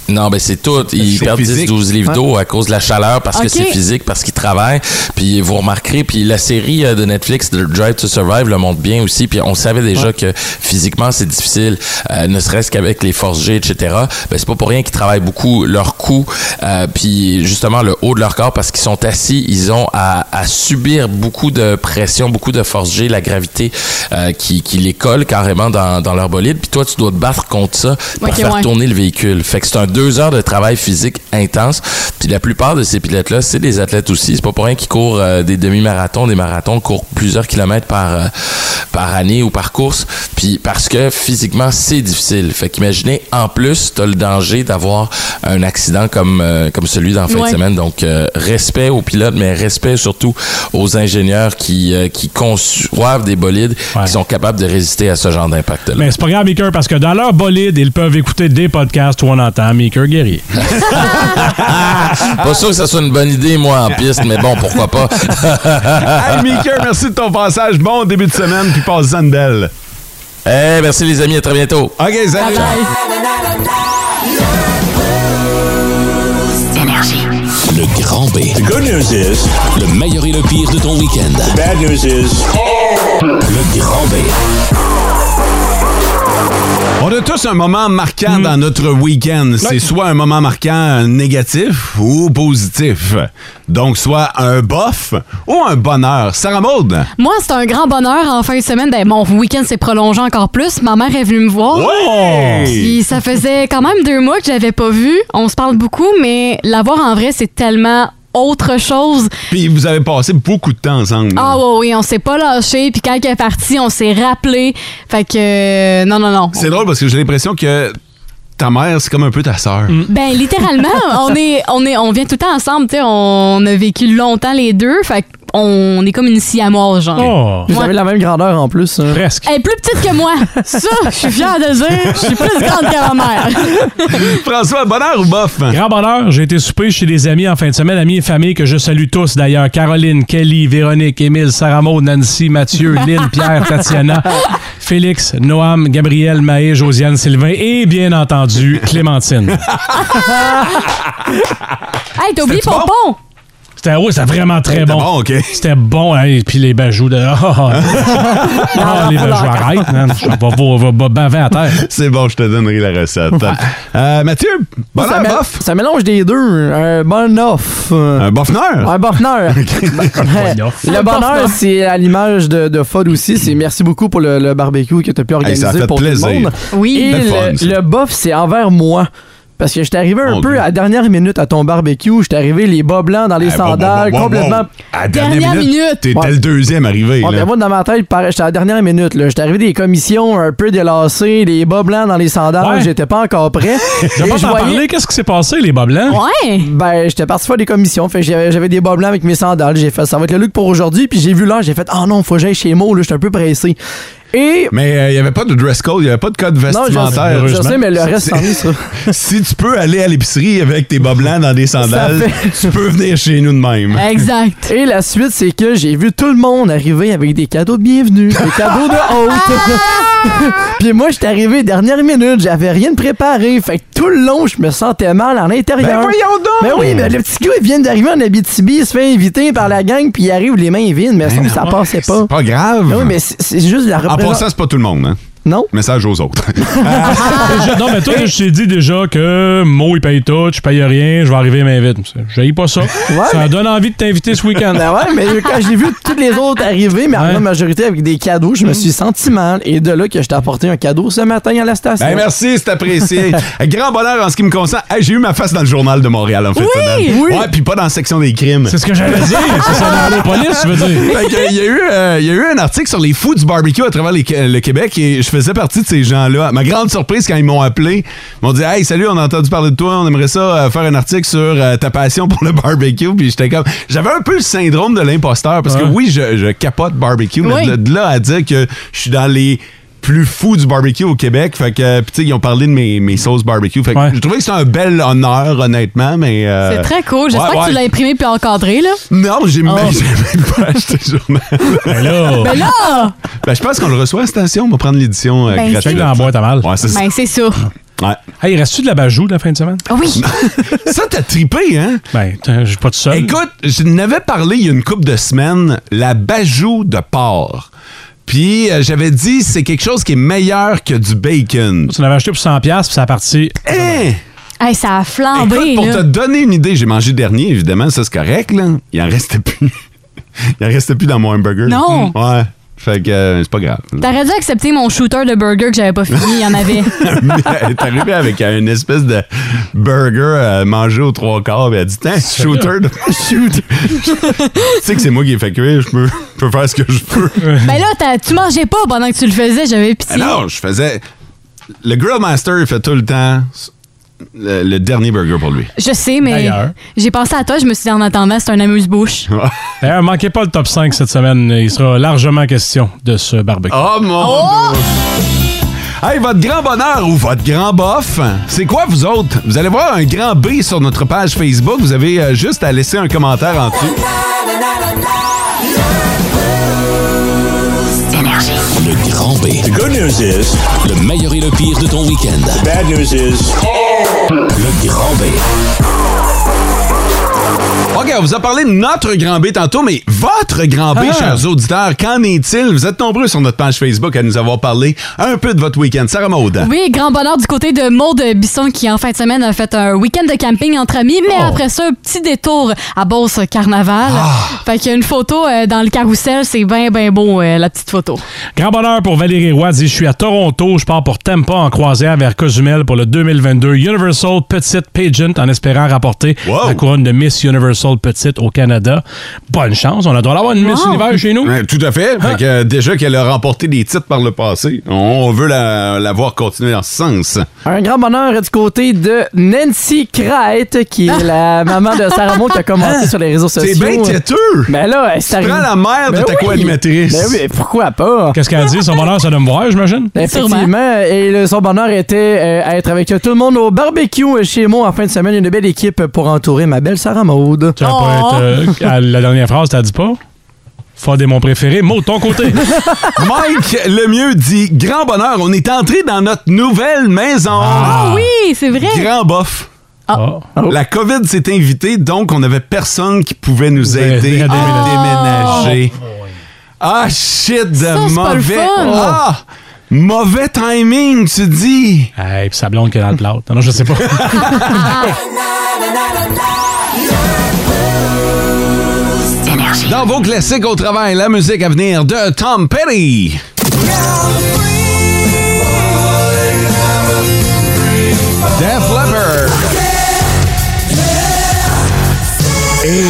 M: Non, ben c'est tout. Ils perdent 10-12 livres
D: Ouais.
M: d'eau à cause de la chaleur, parce
D: Ok.
M: que c'est physique, parce qu'ils travaillent. Puis vous remarquerez, puis la série euh, de Netflix, The Drive to Survive, le montre bien aussi. Puis on savait déjà que physiquement, c'est difficile, euh, ne serait-ce qu'avec les forces G, etc. Ben, c'est pas pour rien qu'ils travaillent beaucoup leur cou, euh, puis justement le haut de leur corps, parce qu'ils sont assis, ils ont à, à subir beaucoup de pression, beaucoup de force G, la gravité euh, qui, qui les colle carrément dans, dans leur bolide. Puis toi, tu dois te battre contre ça pour
D: Ok,
M: faire
D: ouais.
M: tourner le véhicule. Fait que c'est un deux heures de travail physique intense. Puis la plupart de ces pilotes-là, c'est des athlètes aussi. C'est pas pour rien qu'ils courent euh, des demi-marathons, des marathons, courent plusieurs kilomètres par, euh, par année ou par course. Puis parce que physiquement, c'est difficile. Fait qu'imaginez, en plus, t'as le danger d'avoir un accident comme, euh, comme celui d'en fin
O: Ouais.
M: de semaine. Donc, euh, respect aux pilotes, mais respect surtout aux ingénieurs qui, euh, qui conçoivent des bolides qui sont capables de résister à ce genre d'impact-là.
C: Mais c'est pas grave, Maker, parce que dans leur bolide, ils peuvent écouter des podcasts où on entend Maker guérir.
M: Pas sûr que ça soit une bonne idée, moi, en piste, mais bon, pourquoi pas.
B: Hey, Mika, merci de ton passage. Bon début de semaine, puis passe-en de belle.
M: Eh, merci les amis, à très bientôt.
B: OK, salut.
I: Énergie.
L: Le grand B. The good news is. Le meilleur et le pire de ton week-end. The bad news is. Le grand B.
B: On a tous un moment marquant dans notre week-end. C'est soit un moment marquant euh, négatif ou positif. Donc, soit un bof ou un bonheur. Sarah Maud.
D: Moi, c'est un grand bonheur en fin de semaine. Ben, mon week-end s'est prolongé encore plus. Ma mère est venue me voir.
B: Ouais!
D: Puis ça faisait quand même deux mois que je l'avais pas vue. On se parle beaucoup, mais la voir en vrai, c'est tellement autre chose.
B: Puis vous avez passé beaucoup de temps ensemble.
D: Ah ouais, oui, on s'est pas lâché. Puis quand elle est partie, on s'est rappelé. Fait que euh, non, non, non.
B: C'est drôle parce que j'ai l'impression que ta mère, c'est comme un peu ta sœur.
D: Ben littéralement, on est, on est, on vient tout le temps ensemble. tu sais, on a vécu longtemps les deux. Fait qu'on est comme une scie à mort, genre.
B: Oh.
E: Vous
D: Ouais.
E: avez la même grandeur en plus.
C: Oh.
E: hein.
C: Presque.
D: Elle est plus petite que moi. Ça, je suis fière de le dire. Je suis plus grande que ma mère.
B: François, bonheur ou bof?
C: Grand bonheur. J'ai été souper chez des amis en fin de semaine, amis et famille que je salue tous d'ailleurs. Caroline, Kelly, Véronique, Émile, Sarah Maud, Nancy, Mathieu, Lynn, Pierre, Tatiana, Félix, Noam, Gabriel, Maë, Josiane, Sylvain et bien entendu Clémentine.
D: Hey, t'as oublié Pompon!
C: C'était oui, c'était vraiment très bon. C'était bon, hein, et puis les bajoux de. Ah, ah, ah. Ah, les bajoux, arrête, hein, je vais vous- vous- vous baver à terre.
B: C'est bon, je te donnerai la recette. Euh, Mathieu,
E: ça,
B: bonheur,
E: mé-
B: bof?
E: ça mélange des deux. hein. Un bon off. hein. Un
B: bonheur?
E: Un bonheur.
B: Un
E: Ben,
B: bof-neur.
E: le
B: Un bof-neur.
E: bonheur, c'est à l'image de, de Fod aussi. C'est merci beaucoup pour le, le barbecue que tu as pu
B: Hey,
E: organiser
B: ça a fait
E: pour tout le
B: plaisir.
E: monde.
B: Oui.
E: Et
B: C'était le fun,
E: le,
B: ça.
E: le bof, c'est envers moi. Parce que j'étais arrivé un peu à la dernière minute à ton barbecue. J'étais arrivé les bas blancs dans les
B: Ah, bon,
E: sandales,
B: bon, bon, bon,
E: complètement.
B: bon. À la dernière, minute, t'étais
E: Ouais.
B: le deuxième arrivé.
E: Ouais,
B: là.
E: ben moi, dans ma tête, pareil, j'étais à la dernière minute. là. J'étais arrivé des commissions un peu délassées, les bas blancs dans les sandales.
C: Ouais.
E: J'étais pas encore prêt.
C: Je vais
E: Et
C: pas
E: je
C: t'en
E: voyais-
C: parler. Qu'est-ce qui s'est passé, les bas blancs?
D: Ouais!
E: Ben, j'étais parti faire des commissions. Fait que j'avais j'avais des bas blancs avec mes sandales. J'ai fait ça va être le look pour aujourd'hui. Puis j'ai vu l'heure, j'ai fait ah non, faut que j'aille chez Mo, là, j'étais un peu pressé. Et.
B: Mais il n'y avait pas de dress code, il n'y avait pas de code
E: Non, je-
B: vestimentaire.
E: je sais, mais le
B: C'est-
E: reste, c'en est, ça.
B: si tu peux aller à l'épicerie avec tes bas blancs dans des sandales, tu peux venir chez nous de même.
D: Exact.
E: Et la suite, c'est que j'ai vu tout le monde arriver avec des cadeaux de bienvenue, des cadeaux de hôte. Puis moi, j'étais arrivé dernière minute, j'avais rien de préparé. Fait que tout le long, je me sentais mal à l'intérieur.
I: Ben voyons donc!
E: Ben oui, mais le petit gars, il vient d'arriver en Abitibi, il se fait inviter par la gang, puis il arrive les mains vides, mais ça, ça passait pas.
B: Pas grave.
E: Ben oui, mais c'est c'est juste la
B: Mhm. En
E: représentation.
B: passant, c'est pas tout le monde. Hein?
E: Non.
B: Message aux autres.
C: Déjà- non, mais toi, je t'ai dit déjà que Mo, il paye tout, je paye rien, je vais arriver mais vite. Je pas ça. ça
E: mais-
C: donne envie de t'inviter ce week-end.
E: Ben ouais, mais quand j'ai vu toutes les autres arriver, mais en grande majorité avec des cadeaux,
B: Mhm.
E: je me suis senti mal. Et de là que je t'ai apporté un cadeau ce matin à la station.
B: Ben, merci, c'est apprécié. Grand bonheur en ce qui me concerne. Hey, j'ai eu ma face dans le journal de Montréal en fait.
E: Oui! Oui.
B: Ouais, puis pas dans la section des crimes.
C: C'est ce que j'allais dire. C'est ça, dans les polices, tu veux dire.
B: Fait que, il, y a eu, euh, il y a eu un article sur les fous du barbecue à travers les- le Québec et je faisais partie de ces gens-là. Ma grande surprise quand ils m'ont appelé, ils m'ont dit Hey, salut, on a entendu parler de toi, on aimerait ça euh, faire un article sur euh, ta passion pour le barbecue. Puis j'étais comme. J'avais un peu le syndrome de l'imposteur parce que oui, je, je capote barbecue, mais
O: Oui.
B: de- de là à dire que je suis dans les plus fous du barbecue au Québec. Fait que, euh, puis tu sais, ils ont parlé de mes, mes sauces barbecue. Fait que je trouvais que c'était un bel honneur, honnêtement, mais... euh,
D: C'est très cool. J'espère
B: ouais,
D: que tu
B: ouais.
D: l'as imprimé puis encadré, là.
B: Non, j'ai
D: Oh.
B: même, j'ai même pas acheté le journal. Ben
C: Oh.
B: là!
D: Ben là!
B: Ben, je pense qu'on le reçoit à la station. On va prendre l'édition euh,
D: Ben,
B: gratuite.
D: c'est- Check dans la boîte
C: à mal.
B: Ouais, c'est ça.
D: Ben, c'est ça.
B: Ouais.
C: Hey, restes-tu de la bajou de la fin de semaine?
D: Ah oui!
B: Ça, t'as trippé, hein?
C: Ben, je suis pas tout seul.
B: Écoute, je n'avais parlé il y a une couple de semaines, la bajou de porc. Puis euh, j'avais dit, c'est quelque chose qui est meilleur que du bacon.
C: Tu l'avais acheté pour 100$, puis ça a parti.
B: Hein?
D: Hey, ça a flambé,
B: Écoute, pour te
D: Ah là.
B: donner une idée, j'ai mangé le dernier, évidemment, ça c'est correct, là. Il en restait plus. il en restait plus dans mon hamburger.
D: Non.
B: Ouais. Fait que euh, c'est pas grave.
D: T'aurais dû accepter mon shooter de burger que j'avais pas fini. Il y en avait.
B: elle est arrivée avec une espèce de burger à manger aux trois quarts. puis Elle a dit Tiens, shooter de. Shoot. tu sais que c'est moi qui ai fait cuire, je peux, je peux faire ce que je peux.
D: Ben là, t'as- tu mangeais pas pendant que tu le faisais. J'avais pitié.
B: Alors, Ah je faisais. Le Grill Master, il fait tout le temps le, le dernier burger pour lui.
D: Je sais, mais
C: D'ailleurs.
D: j'ai pensé à toi. Je me suis dit, en attendant, c'est un amuse-bouche.
C: D'ailleurs, manquez pas le top 5 cette semaine. Il sera largement question de ce barbecue.
B: Oh mon Dieu! Hey, votre grand bonheur ou votre grand bof, c'est quoi vous autres? Vous allez voir un grand B sur notre page Facebook. Vous avez euh, juste à laisser un commentaire en dessous.
L: Le grand B. The good news is. Le meilleur et le pire de ton week-end. bad news is. Le grand B.
B: OK, on vous a parlé de notre grand B tantôt, mais votre grand B,
L: Ah.
B: chers auditeurs, qu'en est-il? Vous êtes nombreux sur notre page Facebook à nous avoir parlé un peu de votre week-end. Sarah Maud.
D: Oui, grand bonheur du côté de Maude Bisson qui, en fin de semaine, a fait un week-end de camping entre amis, mais
B: Oh.
D: après ça, un petit détour à Beauce Carnaval.
B: Ah.
D: Fait qu'il y a une photo euh, dans le carrousel, c'est bien, bien beau, euh, la petite photo.
C: Grand bonheur pour Valérie Roy. Dit, je suis à Toronto. Je pars pour Tampa en croisière vers Cozumel pour le 2022 Universal Petite Pageant en espérant rapporter la couronne de Miss Universal Petite au Canada. Bonne chance. On a droit d'avoir une Miss Univers chez nous.
B: Ouais, tout à fait. Fait que, euh, déjà qu'elle a remporté des titres par le passé, on veut la, la voir continuer dans ce sens.
E: Un grand bonheur du côté de Nancy Crête, qui est la maman de Sarah Maud qui a commenté sur les réseaux sociaux.
B: Hein? C'est bien têteux!
E: Mais là, elle s'est
B: Tu
E: arrivée-
B: prends la mère de
E: Ben
B: ta
E: oui.
B: co-animatrice.
E: Ben oui, mais pourquoi pas?
C: Qu'est-ce qu'elle dit? Son bonheur, ça de me voir, j'imagine?
E: Effectivement, et le- son bonheur était euh, à être avec tout le monde au barbecue euh, chez moi en fin de semaine. Une belle équipe pour entourer ma belle Sarah Maud.
C: Ça peut être, euh, à la dernière phrase, t'as dit pas? Fod est mon préféré. Mot de ton côté.
B: Mike Lemieux dit Grand bonheur, on est entré dans notre nouvelle maison.
D: Ah oui, c'est vrai.
B: Grand bof.
C: Ah.
B: La COVID s'est invitée, donc on n'avait personne qui pouvait nous aider à déménager. Ah, shit de
C: c'est pas le
B: mauvais.
C: fun.
B: Ah, mauvais timing, tu dis.
C: Ah. Hey, puis sa blonde qui est dans le plâtre. Non, non, je sais pas.
B: Dans vos classiques au travail, la musique à venir de Tom Petty. Def Leppard. Et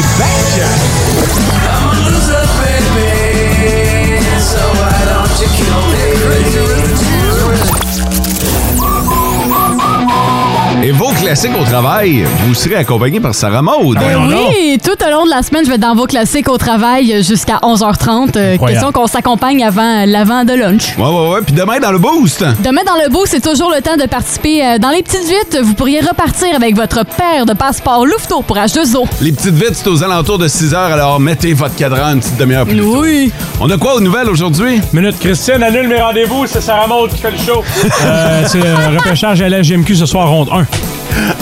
B: Et vos classiques au travail, vous serez accompagnés par Sarah Maud.
D: Ah Oui, tout au long de la semaine, je vais être dans vos classiques au travail jusqu'à 11h30. euh,
B: Incroyable.
D: question qu'on s'accompagne avant euh, l'avant de lunch.
B: Ouais, ouais, ouais. Puis demain, dans le boost.
D: Demain dans le beau, c'est toujours le temps de participer euh, dans les petites vites. Vous pourriez repartir avec votre paire de passeports Louveteau pour H2O.
B: Les petites vites, c'est aux alentours de 6 heures, alors mettez votre cadran une petite demi-heure plus tôt.
D: Oui.
B: On a quoi aux nouvelles aujourd'hui?
C: Minute, Christine annule mes rendez-vous, c'est Sarah Maud qui fait le show. Euh, c'est le repêchage à la GMQ ce soir, ronde 1.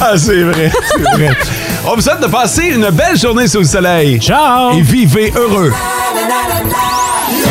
B: Ah, c'est vrai, c'est vrai. On vous souhaite de passer une belle journée sous le soleil.
C: Ciao!
B: Et vivez heureux.
I: La, la, la, la, la.